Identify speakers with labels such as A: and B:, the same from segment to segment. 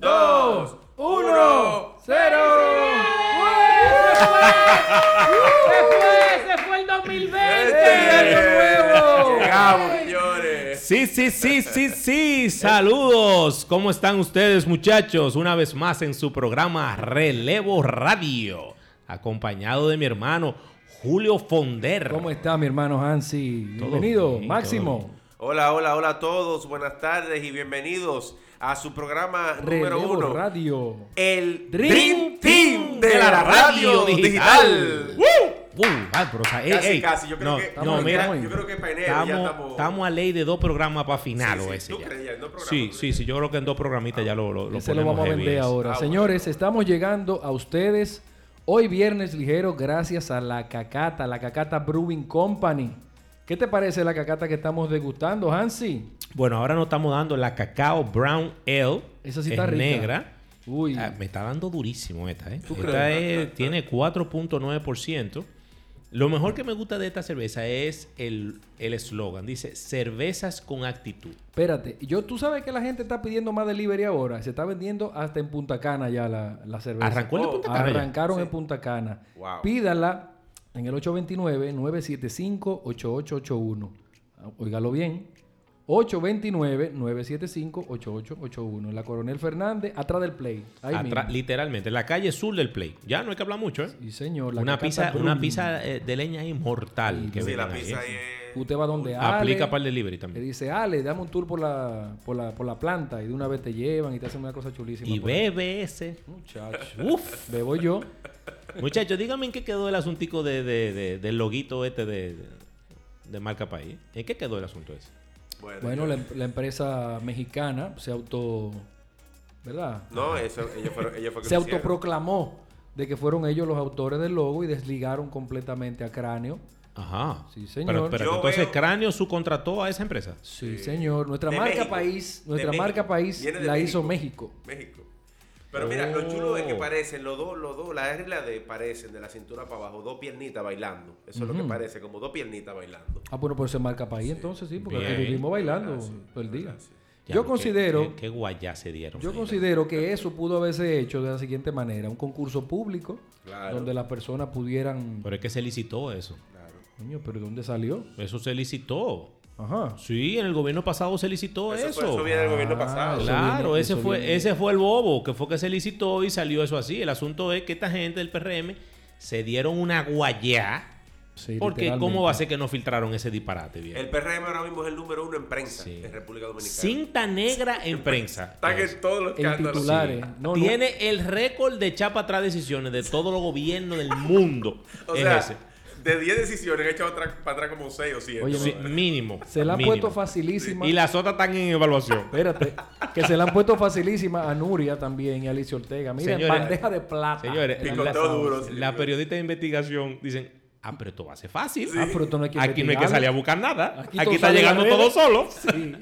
A: dos, uno,
B: uno,
A: cero. ¡Se fue! ¡Se fue el
B: Este
A: 2020!
B: Llegamos, señores.
C: Sí, sí, sí, sí, sí. Saludos. ¿Cómo están ustedes, muchachos? Una vez más en su programa Relevo Radio, acompañado de mi hermano Julio Fonder.
A: ¿Cómo está mi hermano Hansi?
C: Todo
A: Bienvenido,
C: bien, todo
A: Máximo.
B: Hola, hola, hola a todos. Buenas tardes y bienvenidos a su programa número
A: Relevo
B: uno.
A: Radio.
B: El
A: Dream
B: Dream Team de la radio digital.
C: Uh, ah, pero, o sea, ey,
B: Casi,
C: ey.
B: casi. Yo creo
C: No,
B: que.
C: no,
B: yo
C: mira,
B: creo- Yo creo que para enero ya
C: estamos,
B: estamos.
C: estamos a ley de dos programas para final
B: Sí, sí,
C: o ese
B: tú
C: ya.
B: crees ya, en dos programas,
C: sí,
B: tú
C: sí,
B: crees.
C: sí. Yo creo que en dos programitas ya lo, lo, lo
A: Ese lo
C: ponemos
A: vamos
C: heavy
A: a vender
C: ese.
A: ahora.
B: Ah, bueno.
A: Señores, estamos llegando a ustedes hoy viernes ligero gracias a la Cacata, la Cacata Brewing Company. ¿Qué te parece la Cacata que estamos degustando, Hansi?
C: Bueno, ahora nos estamos dando la cacao brown ale.
A: Esa sí
C: Es
A: está rica.
C: negra.
A: Uy.
C: Ah, me está dando durísimo esta, ¿eh?
B: ¿Tú
C: Esta
B: crees? Ah,
C: es- tiene 4.9%. Lo mejor que me gusta de esta cerveza es el el eslogan. Dice, cervezas con actitud.
A: Espérate, yo, tú sabes que la gente está pidiendo más delivery ahora. Se está vendiendo hasta en Punta Cana ya la, la cerveza.
C: Arrancó el de
B: Oh,
C: Punta Cana ya.
A: Arrancaron en Punta Cana.
B: Wow.
A: Pídala en el 829-975-8881. Ah, Óigalo bien. 829-975-8881. La Coronel Fernández, atrás del play. Ahí
C: Atrás-
A: mismo.
C: literalmente, la calle sur del Play. Ya no hay que hablar mucho, ¿eh?
A: Sí, señor. la
C: una
A: Cacata
C: pizza,
A: Brewing.
C: una pizza eh, de leña inmortal. Que
B: Sí, la
C: venden ahí,
B: pizza
C: ¿eh?
B: ahí Ah, es.
A: Usted va donde
C: Aplica
A: Ale,
C: para el delivery
A: Le
C: también.
A: dice, Ale, dame un tour por la, por, la, por la planta. Y de una vez te llevan y te hacen una cosa chulísima.
C: Y
A: por ahí.
C: BBS.
A: Muchacho.
C: Uf.
A: Bebo yo.
C: Muchachos, díganme en qué quedó el asuntico de, de- de- del loguito este de, de- de marca país. ¿En qué quedó el asunto ese?
B: Bueno,
A: Bueno,
B: yo-
A: la, em- la empresa mexicana se auto. ¿Verdad?
B: No, eso, ellos fueron. Ellos fueron que
A: se
B: lo hicieron.
A: autoproclamó de que fueron ellos los autores del logo y desligaron completamente a Cráneo.
C: Ajá.
A: Sí, señor.
C: Pero, pero
B: Yo
C: entonces
B: veo-
C: Cráneo subcontrató a esa empresa.
A: Sí,
B: Sí.
A: señor. Nuestra
B: De
A: marca
B: México.
A: país,
B: De
A: nuestra
B: México.
A: marca país
B: Viene de
A: la
B: México.
A: hizo México.
B: México. Pero mira, lo
C: Oh.
B: chulo es que parecen los dos, los dos, las reglas de parecen de la cintura para abajo, dos piernitas bailando. Eso es lo que parece, como dos piernitas bailando.
A: Ah, bueno, pero se marca país entonces, sí, porque
C: Bien.
A: aquí vivimos bailando
B: Gracias,
A: todo el día.
B: gracias.
C: Ya,
A: Yo
C: qué-
A: considero,
C: Qué, qué guayá se dieron.
A: yo
C: ahí.
A: considero que eso pudo haberse hecho de la siguiente manera: un concurso público
B: Claro.
A: donde las personas pudieran.
C: Pero es que se licitó eso.
B: Claro.
A: Coño, pero ¿dónde salió?
C: Eso se licitó.
A: Ajá.
C: Sí, en el gobierno pasado se licitó eso.
B: Eso, fue- eso viene del gobierno
A: Ah,
B: pasado.
A: claro.
C: Claro,
A: viene-
C: ese
A: eso
C: fue,
A: viene-
C: ese fue el bobo, que fue que se licitó y salió eso así. El asunto es que esta gente del PRM se dieron una guayá.
A: Sí,
C: Porque
A: literalmente.
C: ¿cómo va a ser que no filtraron ese disparate? viejo?
B: El PRM ahora mismo es el número uno en prensa
C: Sí.
B: en República Dominicana.
C: Cinta negra en prensa.
B: Están en todos los
A: En
B: cántaros.
A: titulares. No, no.
C: Tiene el récord de chapa atrás decisiones de todos los gobiernos del mundo.
B: O
C: es
B: sea,
C: ese.
B: de 10 decisiones he echado atrás- para atrás como 6 o 7.
A: Oye,
C: Sí, mínimo.
A: Se la ha
C: mínimo.
A: puesto facilísima.
C: Y las otras están en evaluación.
A: Espérate, que se la han puesto facilísima a Nuria también y a Alicia Ortega. Mira, en
C: Señores,
A: bandeja de plata.
C: Señores,
A: El
B: Picoteo
C: la-
A: enlazado.
B: duro, sí.
C: las periodistas de investigación dicen, ah, pero esto va a ser fácil.
A: Ah, pero esto no hay que
C: Aquí no hay que
A: investigarlo.
C: salir a buscar nada. Aquí,
A: todo
C: está
A: sale en
C: llegando
A: las
C: todo
A: redes.
C: solo.
A: Sí.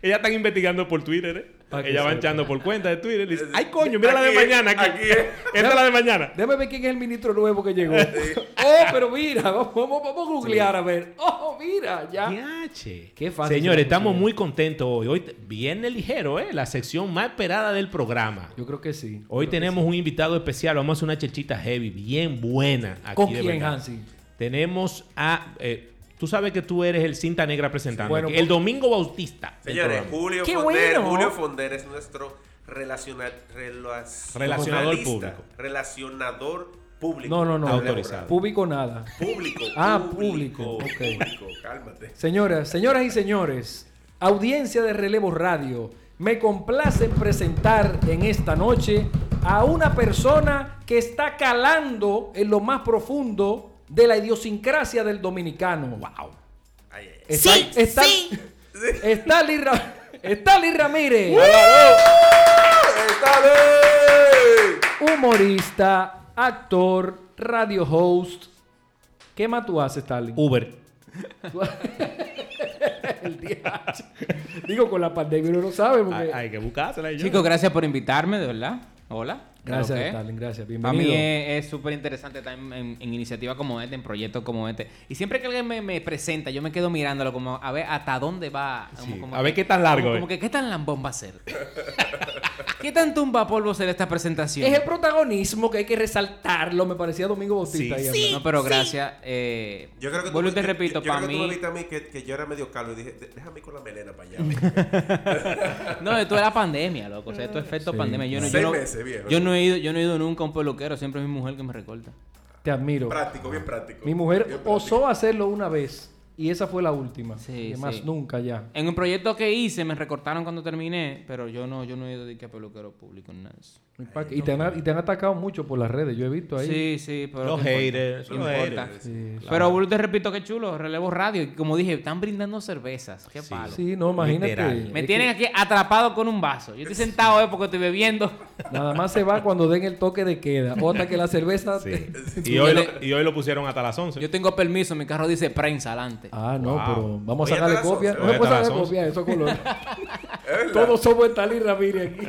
C: Ellas están investigando por Twitter, ¿eh?
A: Pa' que
C: Ellas van
A: sepa.
C: echando por cuenta de Twitter. Dice, ay, coño, mira la de
B: Aquí es,
C: mañana. Aquí.
B: aquí es.
C: Esta es la de mañana.
A: Déjame ver quién es el ministro nuevo que llegó. oh, pero mira, vamos, vamos, vamos a googlear a ver. Oh, mira, ya.
C: Diache.
A: Qué fácil
C: Señores,
A: se la
C: estamos
A: pusieron.
C: muy contentos hoy. Hoy t- viene ligero, ¿eh? La sección más esperada del programa.
A: Yo creo que sí.
C: Hoy
A: Creo que
C: tenemos un invitado especial. Vamos a hacer una chelchita heavy, bien buena.
A: sí.
C: Aquí
A: ¿Con
C: de
A: quién,
C: verdad.
A: Hansi?
C: Tenemos a. eh, tú sabes que tú eres el cinta negra presentante.
A: Bueno,
C: el Domingo Bautista. del
B: Señores,
C: programa.
B: Julio
A: ¡Qué
B: Fonder,
A: bueno!
B: Julio Fonder es nuestro relaciona- relacionalista,
C: Relacionador público.
B: Relacionador público.
A: No, no, no.
C: Autorizado.
A: Público nada.
B: Público.
A: Ah, público, ok.
B: Público, cálmate.
A: Señoras, señoras y señores, audiencia de Relevo Radio, me complace presentar en esta noche a una persona que está calando en lo más profundo de la idiosincrasia del dominicano.
C: Wow.
B: Ay, ay, ay.
A: Está,
D: Sí,
A: está,
D: sí.
A: Stanley Ra- Stanley Ramírez.
B: ¡Está bien!
A: humorista, actor, radio host. ¿Qué más tú haces, Stalin?
C: Uber.
A: El DH. Digo, con la pandemia uno no sabe.
C: Hay,
A: Porque...
C: hay que buscársela. y yo.
D: Chicos, gracias por invitarme, de verdad. Hola.
A: Gracias,
D: Creo que-
A: Stalin, gracias.
D: Para mí
A: Bienvenido.
D: es es súper interesante estar en, en- en iniciativas como esta, en proyectos como este. Y siempre que alguien me, me presenta, yo me quedo mirándolo como a ver hasta dónde va. Como,
C: Sí,
D: como
C: a
D: que-
C: ver qué tan largo
D: Como,
C: es.
D: como que qué tan lambón va a ser. ¿Qué tan tumba polvo será esta presentación?
A: Es el protagonismo que hay que resaltarlo. Me parecía Domingo Bautista. ahí hablando.
D: No, pero gracias. eh,
B: Yo creo que tú
D: vuelvo y
B: me-
D: te
B: yo-
D: repito,
B: yo, yo
D: para
B: creo que tú me
D: mí.
B: viste a mí que, que yo era medio calvo y dije, "De- déjame ir con la melena para allá.
D: No, esto era pandemia, loco. O sea, esto es efecto
A: Sí.
D: pandemia. Yo no, yo,
B: Seis
D: no,
B: meses, viejo.
D: yo no he ido, yo no he ido nunca a un peluquero, siempre es mi mujer que me recorta.
A: Te admiro.
B: práctico, bien práctico.
A: Mi
B: Bien
A: mujer
B: práctico.
A: osó hacerlo una vez. Y esa fue la última.
D: Sí,
A: y más
D: sí.
A: nunca ya.
D: En un proyecto que hice me recortaron cuando terminé, pero yo no, yo no he ido de que a peluquero público ni nada. de eso.
A: Y pa- Y te, han, y te han atacado mucho por las redes. Yo he visto ahí.
D: Sí, sí, pero.
C: Los
D: no importa,
C: haters,
D: no
C: los
D: importa.
C: haters.
A: Sí,
D: Pero vuelvo y te repito que chulo, relevo radio. Y como dije, están brindando cervezas. Qué
C: Sí.
D: palo.
A: Sí, no, imagínate.
C: Literal.
D: Me
A: Es
D: tienen aquí atrapado con un vaso. Yo estoy sentado eh, porque estoy bebiendo.
A: que Nada más se va cuando den el toque de queda. O hasta que la cerveza.
C: Sí. Y, hoy lo, y hoy lo pusieron hasta las 11.
D: Yo tengo permiso, mi carro dice prensa adelante.
A: Ah, no,
C: Wow.
A: pero vamos a
B: Oye,
A: sacarle
B: hasta las
A: copia.
B: once.
A: No
C: Oye, eh,
A: me puedes
C: hasta las
A: sacarle
C: once.
A: copia a esos colores.
B: Es verdad.
A: Todos somos Estalí Ramírez aquí.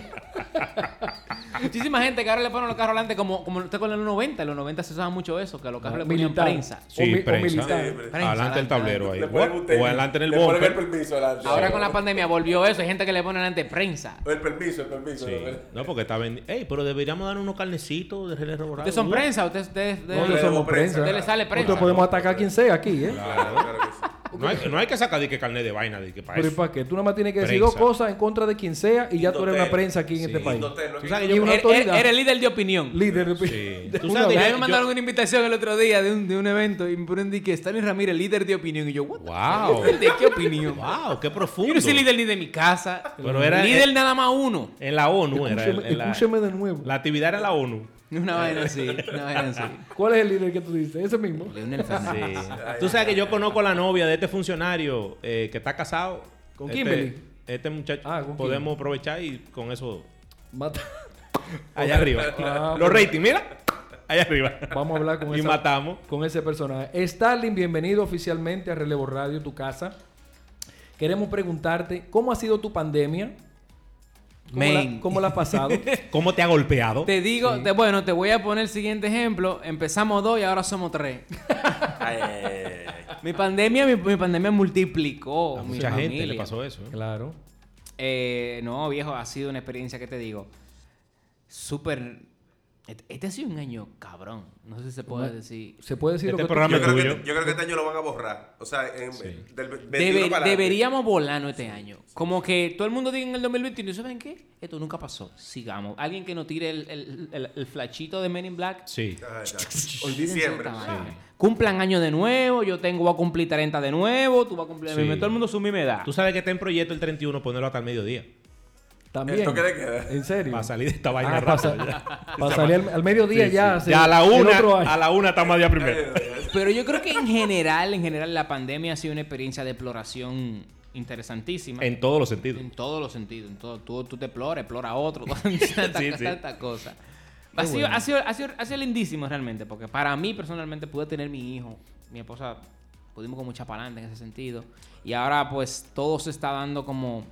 D: Muchísima gente que ahora le ponen los carros adelante como, como usted con los 90. En los 90 se usaba mucho eso, que a los carros le ponían
A: Militar.
D: prensa.
A: O
C: Sí,
A: mi- o
C: prensa.
A: militar.
B: Sí, prensa.
C: Adelante el tablero ahí.
B: Le ponen un tenis,
C: O adelante en el
B: le ponen
C: bumper.
B: el permiso adelante.
D: Ahora con la pandemia volvió eso. Hay gente que le pone adelante prensa.
B: El permiso, el permiso.
C: Sí.
B: ¿no?
C: No, porque está vendiendo. Ey, pero deberíamos dar unos carnecitos de relé reborrado.
D: Ustedes son
C: Uh,
D: prensa, ustedes, ustedes- ustedes-
A: Nosotros
B: Luego
A: somos
B: prensa.
A: prensa.
D: Usted le sale prensa.
A: Nosotros podemos atacar a quien sea aquí, ¿eh?
B: Claro, claro que sí.
C: No hay, no hay que sacar de que carnet de vaina, de que para
A: Pero ¿y
C: eso.
A: para qué? Tú nada más tienes que decir
C: Prensa.
A: dos cosas en contra de quien sea y ya tú eres una
B: Indotel.
A: prensa aquí en
C: Sí.
A: este país.
B: Indotel, ¿no?
C: Tú sabes que
A: Y
C: yo-
A: una
D: Era-
A: autoridad.
D: era- era el líder de opinión.
A: Líder.
C: Sí.
A: de-
C: Tú
A: una
C: sabes que
D: Y
A: vez.
D: a mí
C: Yo-
D: me mandaron una invitación el otro día de un, de un evento y me ponen de que Stalin Ramírez, líder de opinión. Y yo, ¿what? the
C: Wow.
D: fuck? ¿De qué opinión?
C: Wow, qué profundo.
D: Yo no soy líder ni de mi casa.
C: Pero era-
D: líder nada más uno.
C: En la ONU era.
A: Escúcheme-
C: en la-
A: escúcheme de nuevo.
C: La actividad era en la ONU.
D: Una vaina así, una vaina así.
A: ¿Cuál es el líder que tú dices? Ese mismo.
D: Leonel Fernández.
C: Tú sabes que yo conozco a la novia de este funcionario eh, que está casado.
A: ¿Con
C: Este-
A: Kimberly?
C: Este, muchacho.
A: Ah, con
C: podemos aprovechar y con eso.
A: Mata.
C: Allá arriba.
A: Ah,
C: Los
A: bueno.
C: ratings, mira. Allá arriba.
A: Vamos a hablar con
C: Y
A: esa-
C: matamos.
A: con ese personaje. Starling, bienvenido oficialmente a Relevo Radio, tu casa. Queremos preguntarte, ¿cómo ha sido tu pandemia? ¿Cómo,
D: Men.
A: la, cómo la has pasado?
C: ¿Cómo te ha golpeado?
D: Te digo, te- bueno, te voy a poner el siguiente ejemplo. Empezamos dos y ahora somos tres.
B: Ay, ay, ay, ay, ay.
D: Mi pandemia, mi, mi pandemia multiplicó.
C: a
D: mi
C: mucha gente le
D: familia.
C: pasó eso. ¿eh?
A: claro.
D: Eh, no, viejo, ha sido una experiencia que te digo. Súper. Este, este ha sido un año cabrón. No sé si se puede decir.
A: ¿Se puede decir
C: Este
A: lo que tú
C: programa
B: Yo
C: es
B: creo, que,
C: tuyo.
B: yo creo que este año lo van a borrar. O sea, en, del 21
D: Debe-
B: para adelante.
D: deberíamos volarnos este año. Como que todo el mundo diga en el 2021, ¿saben qué? Esto nunca pasó. Sigamos. Alguien que nos tire el, el, el- el flashito de Men in Black.
C: Sí.
B: Ay, ya.
D: Olvídense de
B: Diciembre.
D: esta vaina. Cumplan año de nuevo. Yo tengo, voy a cumplir 30 de nuevo. Tú vas a cumplir.
C: Sí.
D: Todo el mundo su misma edad.
C: Tú sabes que está en proyecto el 31 ponerlo hasta el mediodía.
A: También.
B: ¿Esto qué le queda?
A: ¿En serio?
C: Para salir de esta vaina
A: Ah,
C: rápido.
A: pasa-
C: ya.
A: para salir al, al mediodía ya. se-
C: Ya a la
A: el
C: una,
A: otro año.
C: a la una estamos allá
B: Ay,
C: primero.
B: ay, ay.
D: Pero yo creo que en general, en general, la pandemia ha sido una experiencia de exploración interesantísima.
C: En todos los sentidos.
D: En todos los sentidos. En todo, tú, tú te explora, explora a otro, tanta,
C: Sí, sí.
D: tanta cosa. Ha sido, ha, sido, ha, sido, ha sido lindísimo realmente, porque para mí personalmente pude tener mi hijo, mi esposa, pudimos con mucha palante en ese sentido. Y ahora pues todo se está dando como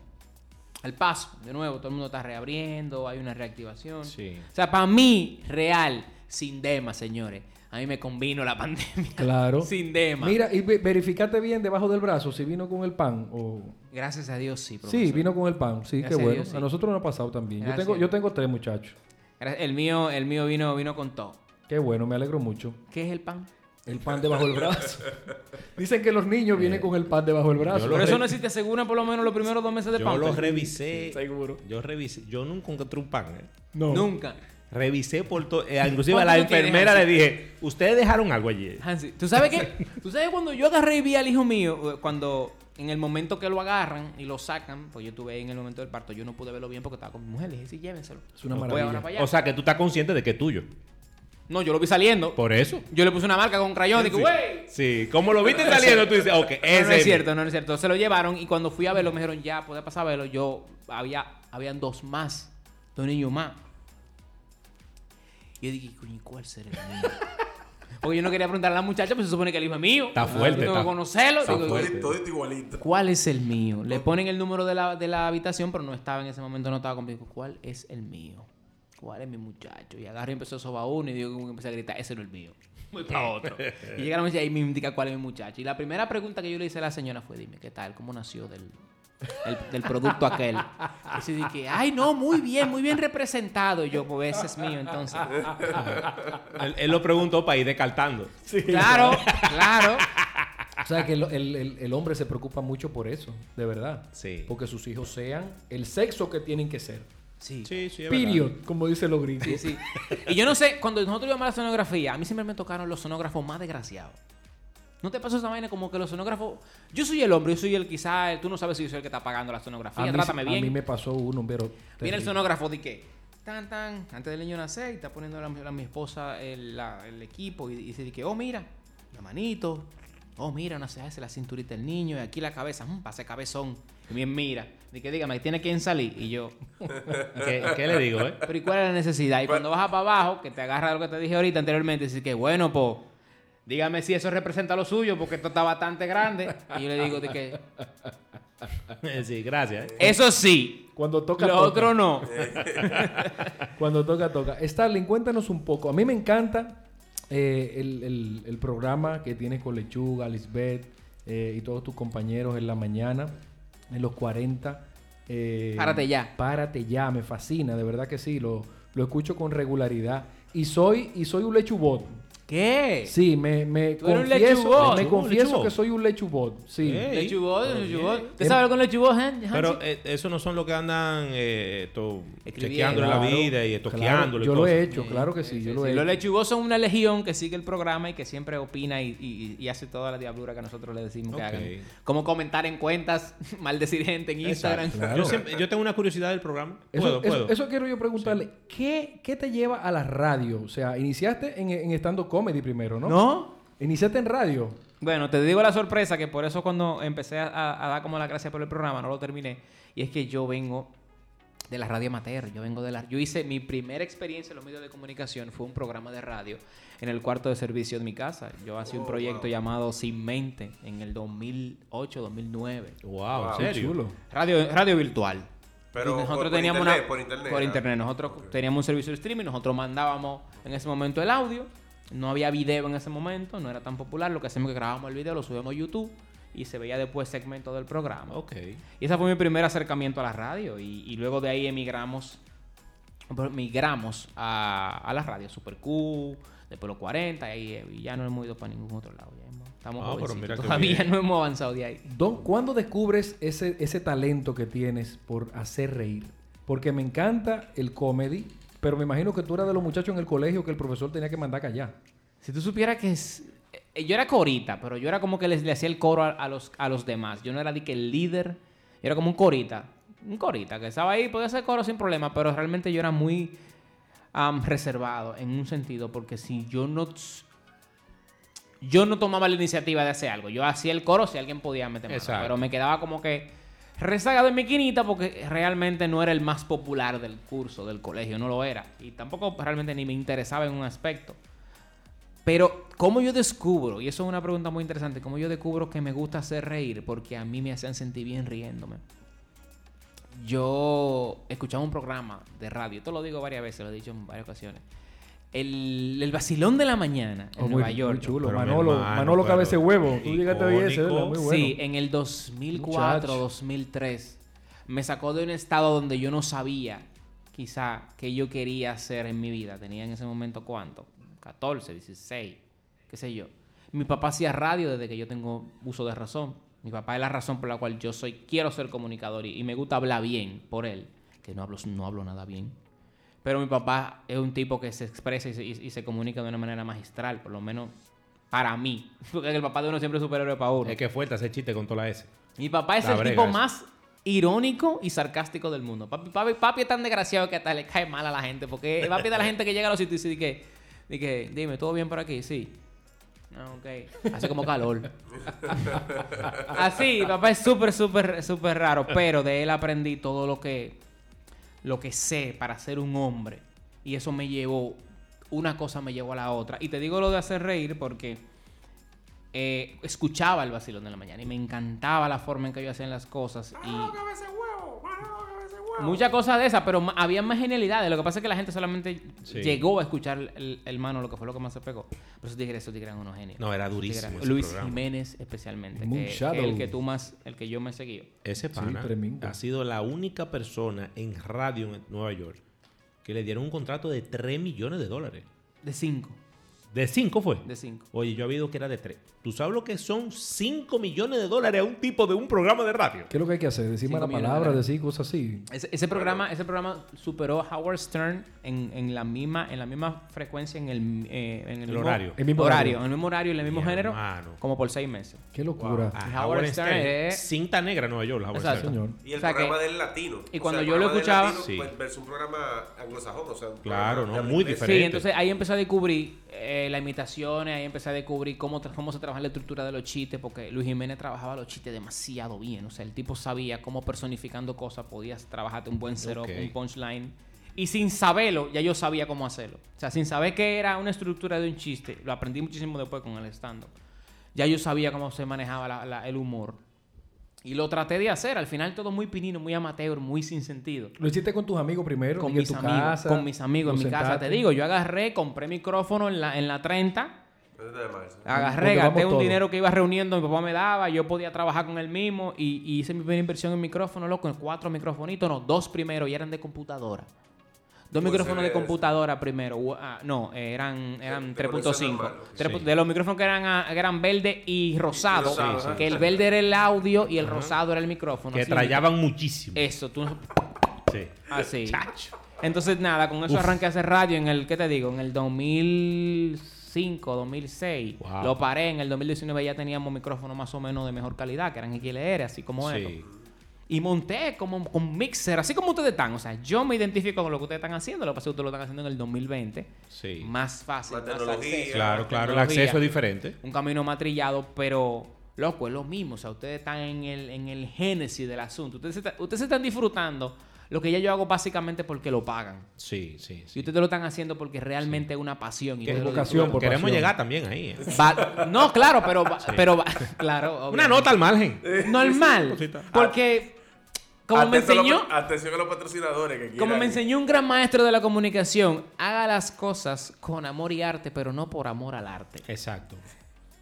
D: al paso, de nuevo, todo el mundo está reabriendo, hay una reactivación.
C: Sí.
D: O sea, para mí, real, sin dema, señores, a mí me convino la pandemia.
A: Claro.
D: Sin dema.
A: Mira, y ve- verificate bien debajo del brazo si vino con el pan o...
D: Gracias a Dios, sí, profesor.
A: Sí, vino con el pan. Sí,
D: Gracias
A: qué
D: a
A: bueno.
D: Dios, sí.
A: A nosotros nos ha pasado también. Yo
D: Gracias.
A: tengo, yo tengo tres muchachos.
D: Gra- El mío, el mío vino, vino con todo.
A: Qué bueno, me alegro mucho.
D: ¿Qué es el pan?
A: El pan debajo del brazo. Dicen que los niños vienen con el pan debajo del brazo.
C: Eh, yo lo
D: Pero eso
C: re-
D: no existe, asegura por lo menos los primeros dos meses de
C: Yo
D: pan.
C: lo revisé.
A: Seguro.
C: Yo revisé. Yo nunca encontré un pan. ¿eh?
A: No.
D: Nunca.
C: Revisé por todo. inclusive a
D: ¿Cuánto
C: la
D: tú tienes,
C: enfermera le
D: Hansi?
C: dije, ustedes dejaron algo allí.
D: Hansi, ¿tú sabes qué? ¿Tú sabes cuando yo agarré y vi al hijo mío? eh, Cuando en el momento que lo agarran y lo sacan, pues yo estuve ahí en el momento del parto, yo no pude verlo bien porque estaba con mi mujer. Le dije, sí, llévenselo.
A: Es una
D: Lo voy
A: maravilla.
D: ahora para allá.
C: O sea que tú estás consciente de que es tuyo.
D: no, yo lo vi saliendo.
C: Por eso.
D: Yo le puse una marca con crayón. Dije,
C: Sí.
D: güey.
C: Sí, como lo viste saliendo, tú dices, ok,
D: No,
C: ese
D: no, es cierto, no, no es cierto. Se lo llevaron y cuando fui a verlo me dijeron, ya, puede pasar a verlo. Yo, había, habían dos más, dos niños más. Y yo dije, coño, ¿y ¿cuál será el mío? Porque yo no quería preguntarle a la muchacha, pues se supone que el hijo es mío.
C: Está
D: Ah,
C: fuerte,
D: Tengo que
C: está-
D: conocerlo.
C: está
D: Digo,
C: fuerte.
B: Todo esto igualito.
D: ¿Cuál es el mío? Le ponen el número de la, de la habitación, pero no estaba en ese momento, no estaba conmigo. ¿Cuál es el mío? ¿Cuál es mi muchacho? Y agarro y empezó a sobar uno y digo, como que empecé a gritar, ese no es el mío. Voy para otro. y llegaron y ahí me indica cuál es mi muchacho. Y la primera pregunta que yo le hice a la señora fue, dime, ¿qué tal? ¿Cómo nació del, del, del producto aquel? Y así dije, ay, no, muy bien, muy bien representado. Y yo, pues ese es mío, entonces.
C: Él, él lo preguntó para ir descartando.
D: Claro, claro.
A: O sea, que el, el- el- el hombre se preocupa mucho por eso, de verdad.
C: Sí.
A: Porque sus hijos sean el sexo que tienen que ser.
D: Sí.
C: Sí, sí, es
A: Period,
C: verdad.
A: como dicen los gringos.
D: Sí, sí. Y yo no sé, cuando nosotros íbamos a la sonografía, a mí siempre me tocaron los sonógrafos más desgraciados. ¿No te pasó esa vaina como que los sonógrafos... Yo soy el hombre, yo soy el quizá... el- tú no sabes si yo soy el que está pagando la sonografía.
A: A mí,
D: Trátame bien.
A: a mí me pasó uno, pero...
D: Mira el
A: terrible.
D: sonógrafo de que... Tan, tan, antes del niño nacer, y está poniendo a, la- a mi esposa el, la- el equipo y, y dice de que, oh, mira, la manito. Oh, mira, no se hace la cinturita del niño y aquí la cabeza, mm, pase cabezón. Y bien, mira, de que dígame, ¿tiene quién salir? Y yo,
C: ¿Qué, qué le digo, eh?
D: pero ¿y cuál es la necesidad? Y cuando bajas para abajo, que te agarra lo que te dije ahorita anteriormente, dices que bueno, po, dígame si eso representa lo suyo, porque esto está bastante grande. Y yo le digo de que
C: Sí, gracias. eh.
D: eso sí,
A: Cuando toca,
D: lo
A: toca.
D: otro no.
A: Cuando toca, toca. Starling, cuéntanos un poco. A mí me encanta eh, el, el- el programa que tienes con Lechuga, Lisbeth eh, y todos tus compañeros en la mañana, en los 40. eh,
D: Párate ya.
A: Párate ya, me fascina, de verdad que sí, lo, lo escucho con regularidad. Y soy, y soy un lechubot.
D: ¿Qué?
A: Sí, me, me
D: Eh. Tú eres un
A: confieso,
D: lechubot.
A: me
C: Lechu-
A: confieso
C: lechubot. Eh,
A: que soy un lechubot. Sí.
C: Ey.
D: Lechubot,
C: Oye.
D: lechubot. ¿Usted sabe algo con lechubot, Hans?
C: Pero eh, eso no son los que andan eh, esto,
D: Escribiendo.
C: chequeándole la
A: Claro,
C: vida y
A: claro,
C: toqueándole.
A: Yo lo he hecho, claro que sí, yo lo he hecho.
D: Los lechugos son una legión que sigue el programa y que siempre opina y, y- y hace toda la diablura que nosotros le decimos
C: Ok.
D: que hagan. Como comentar en cuentas, maldecir gente en Instagram.
C: Yo, siempre- yo tengo una curiosidad del programa.
A: Eso,
C: Puedo,
A: eso-
C: puedo.
A: eso quiero yo preguntarle. ¿qué, qué te lleva a la radio? O sea, iniciaste en, en stand-up comedy primero, ¿no?
D: ¿No?
A: Iniciaste en radio.
D: Bueno, te digo la sorpresa que por eso cuando empecé a, a- a dar como la gracia por el programa no lo terminé. Y es que yo vengo de la radio amateur, yo vengo de la... Yo hice mi primera experiencia en los medios de comunicación, fue un programa de radio en el cuarto de servicio de mi casa. Yo hacía un
B: Oh,
D: proyecto
B: wow.
D: llamado Sin Mente en el 2008, 2009.
C: wow,
B: Wow.
C: Ah, en
A: Qué
C: serio.
A: chulo.
D: Radio, radio virtual.
B: Pero
D: Y nosotros
B: por- por
D: teníamos
B: internet,
D: una-
B: por internet,
D: por
B: ah.
D: internet. Nosotros teníamos un servicio de streaming, nosotros mandábamos en ese momento el audio. No había video en ese momento, no era tan popular. Lo que hacemos es que grabábamos el video, lo subíamos a YouTube y se veía después segmento del programa.
C: Ok.
D: Y ese fue mi primer acercamiento a la radio. Y, y luego de ahí emigramos migramos a, a la radio Super Q, después los 40 y, ahí, eh, y ya no hemos ido para ningún otro lado. Ya hemos- estamos
C: Ah, pero
D: jovencitos,
C: mira qué
D: todavía
C: bien.
D: no hemos avanzado de ahí.
A: Don, ¿cuándo descubres ese, ese talento que tienes por hacer reír? Porque me encanta el comedy, pero me imagino que tú eras de los muchachos en el colegio que el profesor tenía que mandar callar.
D: Si tú supieras que es- eh, yo era corita, pero yo era como que les, le hacía el coro a, a los, a los demás. Yo no era de que el líder, yo era como un corita. Un corita que estaba ahí, podía hacer coro sin problema, pero realmente yo era muy am, reservado en un sentido, porque si yo no. ts- Yo no tomaba la iniciativa de hacer algo. Yo hacía el coro si alguien podía meterme.
C: Exacto.
D: Pero me quedaba como que rezagado en mi quinita porque realmente no era el más popular del curso, del colegio, no lo era. Y tampoco realmente ni me interesaba en un aspecto. Pero, ¿cómo yo descubro? Y eso es una pregunta muy interesante. ¿Cómo yo descubro que me gusta hacer reír? Porque a mí me hacían sentir bien riéndome. Yo escuchaba un programa de radio. Esto lo digo varias veces, lo he dicho en varias ocasiones. El, el vacilón de la mañana
A: Oh,
D: en
A: muy-
D: Nueva
A: muy
D: York.
A: chulo.
C: Pero mi
A: Manolo,
C: hermano,
A: Manolo
C: pero
A: Cabeza de Huevo. Tú llegaste a ver ese,
C: icónico.
A: ¿verdad? Muy bueno.
D: Sí, eh. en el 2004,
A: Muchacho.
D: 2003. Me sacó de un estado donde yo no sabía, quizá, qué yo quería hacer en mi vida. Tenía en ese momento cuánto? 14, 16, qué sé yo. Mi papá hacía radio desde que yo tengo uso de razón. Mi papá es la razón por la cual yo soy, quiero ser comunicador y, y me gusta hablar bien por él. Que no hablo, no hablo nada bien. Pero mi papá es un tipo que se expresa y se, y- y se comunica de una manera magistral, por lo menos para mí. Porque el papá de uno siempre es superhéroe para uno.
C: Es que fuerte ese chiste con toda la S.
D: Mi papá es
C: La
D: el
C: brega
D: tipo
C: esa.
D: más irónico y sarcástico del mundo. Papi, papi- papi es tan desgraciado que hasta le cae mal a la gente. Porque el papi es de la gente que llega a los sitios y dice, que, di que, dime, ¿todo bien por aquí? Sí. Ah, ok. Hace como calor. Así, papá es súper, súper, súper raro. Pero de él aprendí todo lo que, lo que sé para ser un hombre. Y eso me llevó una cosa me llevó a la otra. Y te digo lo de hacer reír porque eh, escuchaba el vacilón de la mañana y me encantaba la forma en que ellos hacían las cosas. Y muchas cosas de esas, pero ma- había más genialidades. Lo que pasa es que la gente solamente
C: Sí.
D: llegó a escuchar el, el mano, lo que fue lo que más se pegó. Pero esos tigres, esos tigres eran unos genios.
C: No, era
D: Esos tigres
C: durísimo
D: eran-
C: ese
D: Luis
C: programa.
D: Jiménez especialmente,
A: Moon
D: que, que
A: Shadow.
D: el que tú más, el que yo me seguí.
C: Ese pana
A: tremendo.
C: ha sido la única persona en radio en Nueva York que le dieron un contrato de 3 millones de dólares.
D: De cinco,
C: ¿De 5 fue?
D: de cinco.
C: Oye, yo había oído que era de 3. ¿Tú sabes lo que son 5 millones de dólares a un tipo de un programa de radio?
A: ¿Qué es lo que hay que hacer? Decir
D: Cinco
A: mala
D: millones de
A: palabra,
D: dólares.
A: decir cosas así.
D: Ese, ese programa, ese programa superó a Howard Stern en, en la misma, en la misma frecuencia, en el, eh, en el, mismo
C: horario.
A: El mismo horario.
D: horario, en el mismo horario, en el mismo
C: Mi
D: género,
C: hermano.
D: como por seis meses.
A: Qué locura.
C: Ah,
D: Howard Stern es-
C: Cinta negra Nueva York, Howard
D: Exacto.
C: Stern.
A: Señor.
B: Y el
D: O sea que-
B: programa del latino.
D: y
B: O
D: cuando
B: sea, el
D: yo lo
B: programa del
D: escuchaba-
B: latino,
C: Sí.
B: pues, Versus un programa anglosajón. O sea, un
C: Claro,
B: programa
C: ¿no?
B: de
C: Muy
B: inglés.
C: diferente.
D: Sí, entonces ahí empecé a descubrir eh, las imitaciones, ahí empecé a descubrir cómo, tra- cómo se trabaja la estructura de los chistes, porque Luis Jiménez trabajaba los chistes demasiado bien. O sea, el tipo sabía cómo personificando cosas podías trabajarte un buen setup,
C: Ok.
D: un punchline. Y sin saberlo, ya yo sabía cómo hacerlo. O sea, sin saber que era una estructura de un chiste, lo aprendí muchísimo después con el stand-up. Ya yo sabía cómo se manejaba la- la- el humor. Y lo traté de hacer. Al final todo muy pinino, muy amateur, muy sin sentido
A: Lo hiciste con tus amigos primero.
D: con
A: y en
D: mis
A: tu
D: amigos,
A: casa,
D: con mis amigos en mi
A: lo
D: casa. Te
A: sentaste.
D: digo, yo agarré, compré micrófono en la, en la 30,
B: Pero nada más.
D: agarré,
A: Donde vamos
D: gasté un
A: todos.
D: dinero que iba reuniendo, mi papá me daba, yo podía trabajar con él mismo y, y hice mi primera inversión en micrófono, loco, en cuatro microfonitos, no, dos primero y eran de computadora. Dos
B: Pues
D: micrófonos de
B: eres-
D: computadora primero. u- ah, no, eh, eran, eran
B: de conexión
D: 3.5.
B: normal, ok.
D: Tres pu-
C: Sí.
D: De los micrófonos que eran, ah, que eran verde y rosado.
B: rosado, ajá.
D: Que el verde era el audio y el rosado era el micrófono.
C: Que
D: así.
C: trayaban muchísimo.
D: Eso, tú no-
C: Sí.
D: Así. Entonces, nada, con eso arranqué a hacer radio en el, ¿qué te digo? En el 2005, 2006.
C: Wow.
D: Lo paré. En el 2019 ya teníamos micrófonos más o menos de mejor calidad, que eran XLR, así como
C: Sí.
D: eso. Y monté como con mixer, así como ustedes están. O sea, yo me identifico con lo que ustedes están haciendo. Lo que pasa es que ustedes lo están haciendo en el 2020.
C: Sí.
D: Más fácil,
B: Más
D: más
B: tecnología.
D: acceso.
C: Claro, claro. El
D: Tecnología.
C: acceso es diferente.
D: Un camino más trillado, pero... Loco, es lo mismo. O sea, ustedes están en el, en el génesis del asunto. Ustedes, se está- ustedes se están disfrutando lo que ya yo hago básicamente porque lo pagan.
C: Sí, sí,
D: Y
C: sí.
D: ustedes lo están haciendo porque realmente es una pasión. Y
C: Que-
D: ustedes lo
A: vocación por
C: Queremos
A: pasión.
C: llegar también ahí. eh.
D: disfrutan. Va- no, claro, pero, va- pero va- claro,
C: Una
D: obviamente.
C: nota al margen.
D: normal,
C: cosita.
D: porque como me
B: Atento a Ah, los-
D: enseñó,
B: atención a los patrocinadores que
D: como
B: quieran-
D: me enseñó un gran maestro de la comunicación, haga las cosas con amor y arte, pero no por amor al arte.
C: Exacto.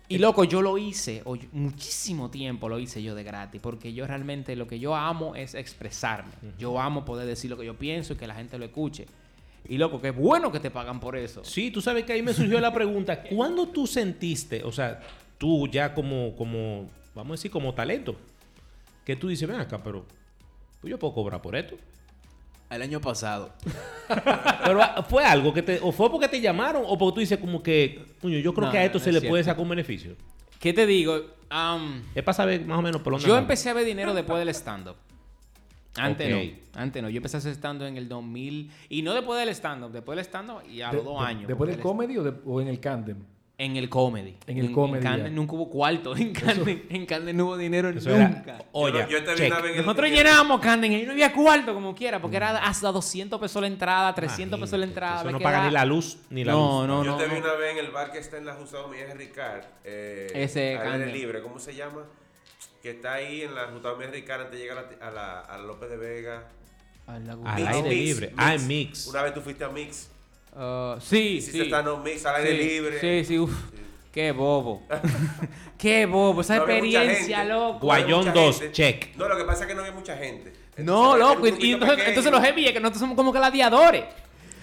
D: Y loco, yo lo hice, o yo- muchísimo tiempo lo hice yo de gratis, porque yo realmente lo que yo amo es expresarme. Yo amo poder decir lo que yo pienso y que la gente lo escuche. Y loco, qué bueno que te pagan por eso.
C: Sí, tú sabes que ahí me surgió la pregunta, ¿cuándo tú sentiste, o sea, tú ya como, como, vamos a decir, como talento, que tú dices, ven acá, pero pues yo puedo cobrar por esto?
E: El año pasado.
C: Pero ah, fue algo que te, o fue porque te llamaron, o porque tú dices como que, coño, yo creo
D: No,
C: que a
D: no,
C: esto
D: no
C: se
D: es
C: le
D: cierto.
C: puede sacar un beneficio.
D: ¿Qué te digo? Am,
C: Es para saber más o menos por dónde
D: Yo
C: andamos.
D: empecé a ver dinero después del stand-up. Antes
C: Ok.
D: no, antes no. Yo empecé a hacer stand-up en el 2000. Y no después del stand-up, después del stand-up y a
A: De-
D: los dos
A: de-
D: años.
A: ¿Después del
D: porque el-
A: comedy o, de- o en el candem?
D: En el comedy.
A: En el comedy,
D: Candem
A: ya.
D: nunca hubo cuarto. En Canden, en Canden no hubo dinero
C: Eso era-
D: nunca.
C: Oye,
B: Yo, yo te vi
C: check.
B: una vez en el-
D: Nosotros llenábamos Canden y ahí no había cuarto como quiera, porque era hasta 200 pesos la entrada, 300 pesos la
C: Ah, Imagínate,
D: entrada.
C: Eso
D: había
C: no
D: que
C: paga
D: dar-
C: ni la luz, ni la
D: No,
C: luz.
D: no,
B: Yo
D: no.
B: te vi
D: no.
B: una vez en el bar que está en la Jusado Miguel Ricard. Eh,
D: Ese
B: al
D: Candel.
B: aire libre, ¿cómo se llama? Que está ahí en la Jusado Miguel Ricard antes de llegar a, la- a la, a la López de Vega.
D: Al lago.
C: Al
B: Mix,
C: aire
B: mix,
C: libre. Ah, en mix.
B: Una vez tú fuiste a Mix.
D: Ah, sí,
B: Hiciste
D: sí.
B: stand-up Mix al aire
D: sí,
B: libre.
D: Sí, sí, uf. Qué bobo. Qué bobo. Esa
B: No había mucha
D: experiencia,
B: gente.
D: loco.
B: No había
C: Guayón
B: mucha
C: dos,
B: gente.
C: check.
B: No, lo que pasa es que no había mucha gente. Entonces,
D: No,
B: era
D: loco.
B: un
D: Y,
B: grupito
D: y entonces,
B: pequeño.
D: entonces los heavy es que nosotros somos como que gladiadores.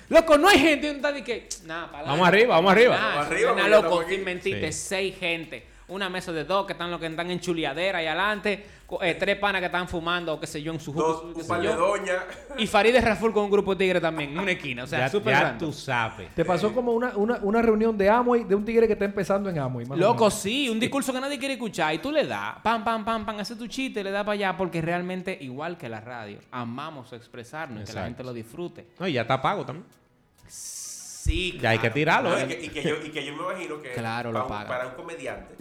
D: Loco, no hay gente. Uno está de que. Nah, para
C: Vamos arriba, vamos arriba.
B: Vamos arriba, porque
D: loco,
B: estamos aquí.
D: sin mentirte,
C: Sí.
D: seis gente. Una mesa de dos que están los que están en chuliadera ahí adelante. co- eh, tres panas que están fumando, o qué sé yo, en su
B: Dos,
D: jugo. qué
B: un
D: sé
B: par de
D: yo.
B: doña.
D: Y Farideh Raful con un grupo de tigres también, en una esquina. O sea,
C: ya
D: súper
C: ya
D: random.
C: tú sabes.
A: ¿Te
D: Eh.
A: pasó como una, una, una reunión de Amway, de un tigre que está empezando en Amway? más o
D: Loco,
A: menos?
D: sí, un discurso que nadie quiere escuchar y tú le das, pam, pam, pam, pam, hace tu chiste, le das para allá, porque realmente, igual que la radio, amamos expresarnos, y que la
C: Exacto.
D: gente lo disfrute.
C: No, y ya está pago también.
D: Sí,
C: Ya hay que tirarlo,
B: No,
C: ¿eh?
B: y, que, y que yo, y que yo me imagino que
D: Ah, Claro,
B: para,
D: lo
B: un,
D: pagan.
B: para un comediante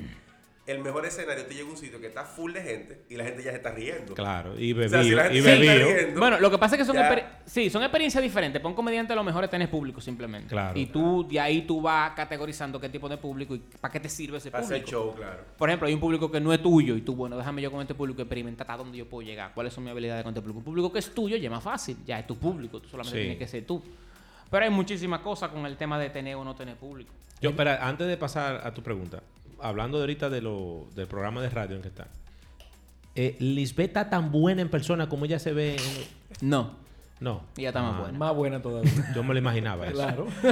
B: el mejor escenario, tú llegas a un sitio que está full de gente y la gente ya se está riendo.
C: Claro, y
B: O
C: bebido,
B: sea, si la gente
C: y
B: se está
C: bebido.
B: riendo,
D: Bueno, lo que pasa es que son,
B: Ya.
D: exper- sí, son experiencias diferentes. Pon comediante a lo mejor es tener público simplemente.
C: Claro.
D: Y tú de ahí tú vas categorizando qué tipo de público y para qué te sirve ese
B: para
D: público.
B: hacer show, claro.
D: Por ejemplo, hay un público que no es tuyo y tú, bueno, déjame yo con este público experimentar hasta dónde yo puedo llegar, cuáles son mis habilidades con este público. Un público que es tuyo ya es más fácil, ya es tu público, tú solamente
C: Sí.
D: tienes que ser tú. Pero hay muchísimas cosas con el tema de tener o no tener público.
C: Yo, espera, antes de pasar a tu pregunta, hablando de ahorita de lo, del programa de radio en que está. Eh, Lisbeth está tan buena en persona como ella se ve. en-
D: No.
C: No.
D: Ella está más
C: Ah,
D: buena.
A: Más buena todavía.
C: Yo me lo imaginaba eso.
A: claro.
C: Yo me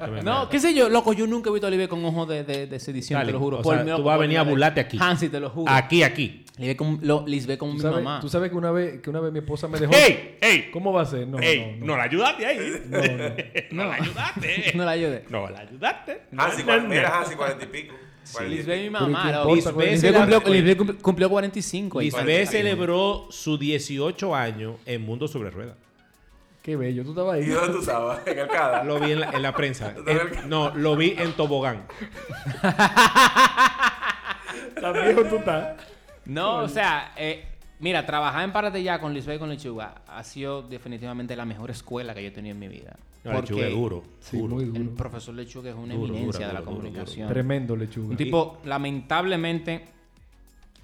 D: No,
C: imaginaba.
D: qué sé yo, loco, yo nunca he visto a Olive con ojos de, de, de sedición,
C: Dale,
D: te lo juro.
C: o
D: Por
C: sea,
D: mi-
C: tú
D: loco,
C: vas a
D: por
C: venir
D: mi-
C: a burlarte aquí.
D: Hansi, te lo juro.
C: Aquí, aquí.
D: Lisbeth con, lo, Lisbeth con
A: ¿Tú
D: mi
A: sabes,
D: mamá.
A: tú sabes que una vez que una vez mi esposa me dejó.
C: ¡Ey! ¡Ey!
A: ¿Cómo va a ser? No,
C: ¡Ey!
A: no, no.
C: ¡No la ayudaste ahí!
A: No, no.
C: ¡No la ayudaste!
D: No la ayude.
C: ¡No la ayudaste!
B: Hansi, cuarenta- Ah, era Hansi cuarenta y pico. cuarenta y
D: Lisbeth mi
B: pico.
D: mamá,
A: ¿qué importa?
D: loco. Lisbeth
C: Lisbeth
A: Lisbeth
C: se la-
D: cumplió, Lisbeth cumpl- cumplió 45. ahí.
C: Lisbeth celebró sus 18 años en Mundo sobre Ruedas.
A: Qué bello, tú estabas
B: ¿Y
A: ahí.
B: dónde tú estabas? En Alcada.
C: Lo vi en la, en la prensa.
B: No,
C: En- no, lo vi en Tobogán.
A: Tan viejo tú estás.
D: No, o sea, eh, mira, trabajar en Párate Ya con Lisbeth y con Lechuga ha sido definitivamente la mejor escuela que yo he tenido en mi vida.
C: No, Lechuga es duro.
A: Sí,
C: duro.
A: muy
D: el
A: duro.
D: profesor Lechuga es una
C: Duro, duro,
D: eminencia de la
C: duro, duro,
D: comunicación.
A: Tremendo lechuga.
D: Un tipo, lamentablemente,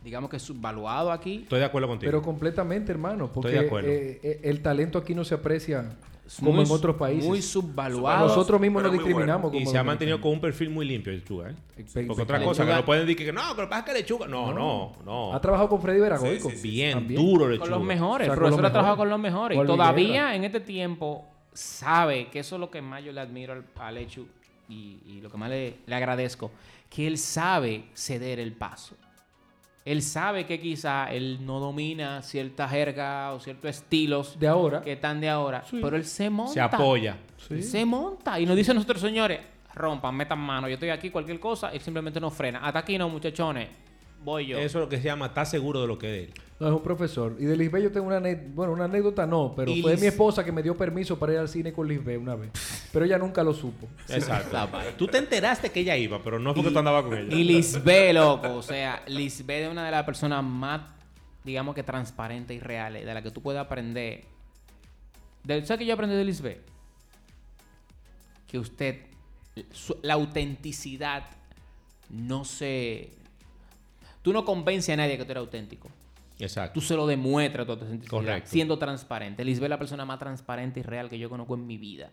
D: digamos que subvaluado aquí.
C: Estoy de acuerdo contigo.
A: Pero completamente, hermano, porque
C: de acuerdo.
A: eh, eh, el talento aquí no se aprecia
D: Es
A: como
D: muy
A: en
D: su-
A: otros países.
D: Muy subvaluado.
A: Nosotros mismos
B: pero
A: nos
B: muy
C: y
A: discriminamos. como
C: se ha
A: dominicanos.
C: mantenido con un perfil muy limpio lechuga, ¿eh?
A: Pe-
C: Porque otra
A: pe-
C: cosa, que
D: Lechuga-
C: no pueden decir que no, pero pasa que lechuga. No, no, no.
A: Ha trabajado con Freddy Veragoico.
B: Sí, sí, sí.
C: Bien
A: También.
C: duro
D: con
C: lechuga.
D: los
A: O
D: mejores.
A: sea,
D: el
A: con los
D: profesor ha trabajado
A: mejores.
D: con los mejores.
A: Con
D: y
A: Luis
D: todavía
A: Guerra.
D: en este tiempo sabe que eso es lo que más yo le admiro al, a Lechu y, y lo que más le, le agradezco. Que él sabe ceder el paso. Él sabe que quizá él no domina cierta jerga o ciertos estilos
A: De ahora.
D: que están de ahora, pero él se monta.
C: Se apoya.
A: Sí.
D: Se monta y nos dice a nosotros, señores, rompan, metan mano, yo estoy aquí, cualquier cosa, él simplemente nos frena. Hasta aquí no, muchachones, voy yo.
C: Eso es lo que se llama, está seguro de lo que es él.
A: No, es un profesor. Y de Lisbeth yo tengo una anécdota, bueno, una anécdota no, pero
C: Y
A: fue
C: Lis-
A: mi esposa que me dio permiso para ir al cine con Lisbeth una vez. Pero ella nunca lo supo.
C: Exacto. Tú te enteraste que ella iba, pero no es porque
D: Y-
C: tú andabas con ella.
D: Y Lisbeth, loco. O sea, Lisbeth es una de las personas más, digamos que transparentes y reales, de la que tú puedes aprender. De, ¿Sabes que yo aprendí de Lisbeth? Que usted, su- la autenticidad no se... Tú no convences a nadie que tú eres auténtico.
C: Exacto.
D: Tú se lo demuestras tu autenticidad
C: Correcto.
D: siendo transparente. Lisbeth es la persona más transparente y real que yo conozco en mi vida.